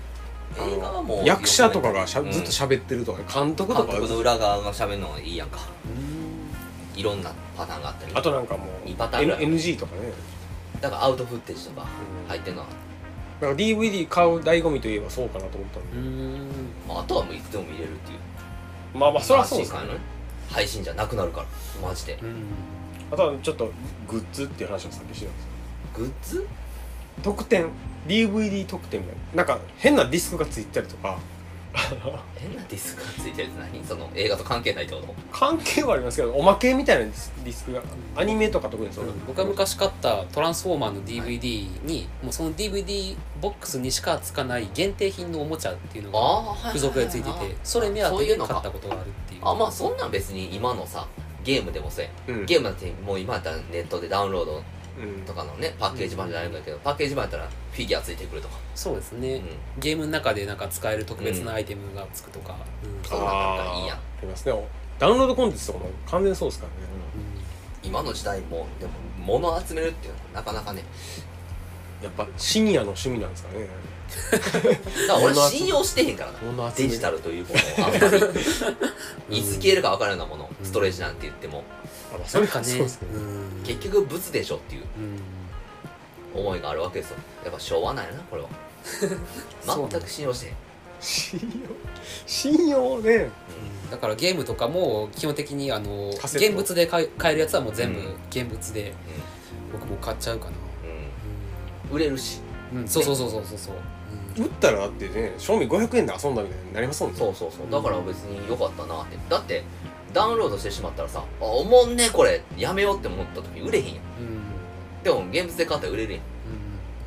Speaker 1: あの
Speaker 2: 映画はもう
Speaker 1: 役者とかがしゃ
Speaker 2: うん
Speaker 1: ずっと喋ってるとか、監督と
Speaker 2: 監
Speaker 1: か
Speaker 2: 督の裏側が喋るのがいいやんか
Speaker 3: ー
Speaker 2: いろんなパターンがあったり
Speaker 1: あとなんかもう
Speaker 2: いいパターンが
Speaker 1: N- NG とかね
Speaker 2: だからアウトフッテージとか
Speaker 1: うん
Speaker 2: 入ってんのは、
Speaker 1: だから DVD 買う醍醐味といえばそうかなと思ったん
Speaker 3: う
Speaker 1: で
Speaker 3: ーん
Speaker 2: まあ、あとはもういつでも見れるっていう
Speaker 1: まあまあそれはそうです
Speaker 2: 安
Speaker 1: ね
Speaker 2: 心感のね配信じゃなくなるからマジで
Speaker 3: うーん
Speaker 1: あとはちょっとグッズっていう話をさっきしてたんですけ
Speaker 2: グッズ
Speaker 1: ど特典 DVD 特典みたいななんか変なディスクがついてたりとか
Speaker 2: 変なディスクがついてるって何その映画と関係ないってこと
Speaker 1: 関係はありますけどおまけみたいなディスディスクがアニメとか特にそう
Speaker 3: 僕は昔買った「トランスフォーマー」の DVD にもうその DVD ボックスにしかつかない限定品のおもちゃっていうのが
Speaker 2: あー
Speaker 3: 付属がついててそれ目当
Speaker 2: そう
Speaker 3: て
Speaker 2: い
Speaker 3: で
Speaker 2: うの
Speaker 3: 買った
Speaker 2: か
Speaker 3: ことがあるっていう
Speaker 2: あまあそんなん別に今のさゲームでもせ
Speaker 1: うん
Speaker 2: ゲームだってもう今だったらネットでダウンロード
Speaker 1: うん
Speaker 2: とかのねパッケージ版じゃないんだけど、パッケージ版やったらフィギュアついてくるとか、
Speaker 3: そうです
Speaker 2: う
Speaker 3: ね
Speaker 2: ん、
Speaker 3: ゲームの中でなんか使える特別なアイテムがつくとか、うん
Speaker 2: そうなんだったらいいやん
Speaker 1: ありますねおダウンロードコンテンツとかも完全にそうですからね
Speaker 2: 今の時代もでも物集めるっていうのはなかなかね
Speaker 1: やっぱシニアの趣味なんですかね
Speaker 2: だから俺
Speaker 1: 物集め
Speaker 2: 信用してへんからな
Speaker 1: 物集め
Speaker 2: デジタルというものをあんま [LAUGHS] りいつ消えるか分からんようなものストレージなんて言っても
Speaker 1: あ、まあ、そ
Speaker 3: な
Speaker 1: れ
Speaker 3: ん
Speaker 1: か
Speaker 3: か
Speaker 1: ね
Speaker 3: ね
Speaker 1: [LAUGHS] そうですね
Speaker 3: うん
Speaker 2: 結局物でしょっていう
Speaker 3: うん
Speaker 2: 思いがあるわけですよやっぱ昭和なんやな
Speaker 3: [LAUGHS]
Speaker 2: これは
Speaker 3: そうなんだ
Speaker 2: 全く信用してへん
Speaker 1: 信用信用ね
Speaker 3: だからゲームとかも基本的にあの
Speaker 1: カセット
Speaker 3: 現物で買い買えるやつはもう全部
Speaker 2: うん
Speaker 3: 現物で僕も買っちゃうかな、
Speaker 2: うん、うん、売れるし
Speaker 3: うんそうそうそうそうそうそう、
Speaker 1: 打ったらだってね賞味500円で遊んだみたいになりますもんね
Speaker 2: そうそうそうだから別に良かったなってだってダウンロードしてしまったらさあおもんねこれやめようって思った時売れへんやん
Speaker 3: うんうん
Speaker 2: でも現物で買ったら売れるやん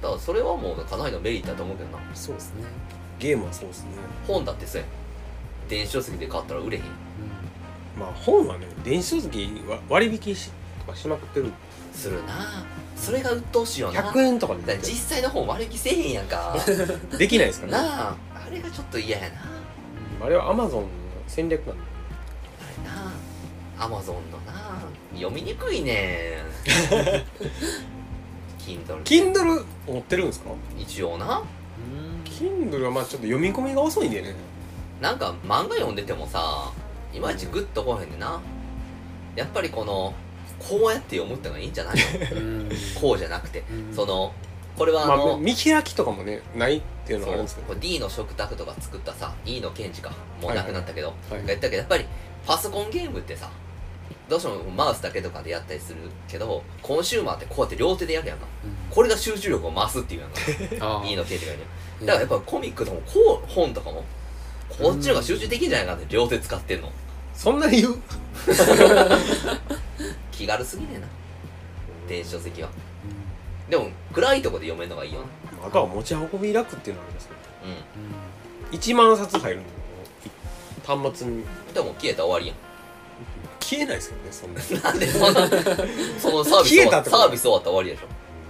Speaker 2: だからそれはもうかなりのメリットだと思うけどな
Speaker 3: うんそうですね、
Speaker 1: ゲームはそうですね
Speaker 2: 本だってさ電子書籍で買ったら売れへん
Speaker 1: まあ本はね電子書籍は割引しとかしまくってる
Speaker 2: するなそれが鬱陶しいよな
Speaker 1: 100円とか
Speaker 2: だ
Speaker 1: で
Speaker 2: から実際の本割引せえへんやん
Speaker 3: [LAUGHS]
Speaker 2: か
Speaker 1: [LAUGHS] できないですからね
Speaker 2: なああれがちょっと嫌やな
Speaker 1: あれはアマゾンの戦略なんで
Speaker 2: あれなあアマゾンのな読みにく
Speaker 1: [LAUGHS]
Speaker 2: いねん Kindle
Speaker 1: Kindle 持ってるんですか
Speaker 2: 一応な
Speaker 3: うんうん
Speaker 1: Kindle はまあちょっと読み込みが遅いんでね
Speaker 2: なんか漫画読んでてもさいまいちグッとこうへんでなやっぱりこのこうやって読むってのがいいんじゃないの
Speaker 1: [LAUGHS]
Speaker 3: うん
Speaker 2: こうじゃなくて
Speaker 3: うん
Speaker 2: そのこれはあ
Speaker 1: ま
Speaker 2: の、
Speaker 1: あ見開きとかもねないっていうの
Speaker 2: そ
Speaker 1: はあるん
Speaker 2: う
Speaker 1: ですけ
Speaker 2: これ D の食卓とか作ったさ E の検事かもうなくなったけど、
Speaker 1: どは
Speaker 2: が言ったけどやっぱりパソコンゲームってさどうしてもマウスだけとかでやったりするけどコンシューマーってこうやって両手でやるやんかこれが集中力を増すっていうやんか
Speaker 1: [LAUGHS]
Speaker 3: あー
Speaker 2: E の検事が言うにはだからやっぱコミックとかもこう本とかもこっちの方が集中できるんじゃないかなって両手使ってんの
Speaker 1: そんな理由
Speaker 2: 気軽すぎねえな電子書籍はでも暗いとこで読めるのがいいよな
Speaker 1: あとは持ち運び楽っていうのはありますけど
Speaker 2: う
Speaker 3: うん
Speaker 1: 1万冊入るんで端末に
Speaker 2: んでも消えたら終わりやん
Speaker 1: 消えないですけどねそんな
Speaker 2: なんでそ
Speaker 1: [LAUGHS]
Speaker 2: んなそのサービス
Speaker 1: 消
Speaker 2: 終
Speaker 1: えた
Speaker 2: わ
Speaker 1: っこ
Speaker 2: ってた
Speaker 1: と
Speaker 2: サービス終わったら終わりでし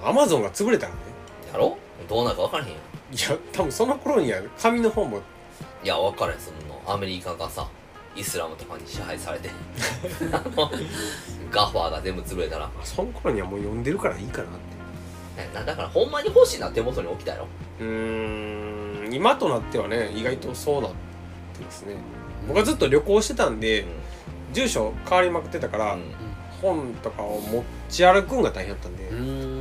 Speaker 2: ょ
Speaker 1: アマゾンが潰れたらね
Speaker 2: やろどうなるか分からへんよ
Speaker 1: いや多分その頃には紙の本も
Speaker 2: いや分からへんそのアメリカがさイスラムとかに支配されて [LAUGHS] あのガファーが全部潰れたら
Speaker 1: まあその頃にはもう読んでるからいいかなっ
Speaker 2: えなだからほんまに欲しいな手元に置きたいの
Speaker 1: てうーん今となってはね意外とそうなってますね僕はずっと旅行してたん
Speaker 2: う
Speaker 1: で住所変わりまくってたから、
Speaker 2: ん
Speaker 1: 本とかを持ち歩くんが大変だったんで、
Speaker 3: うん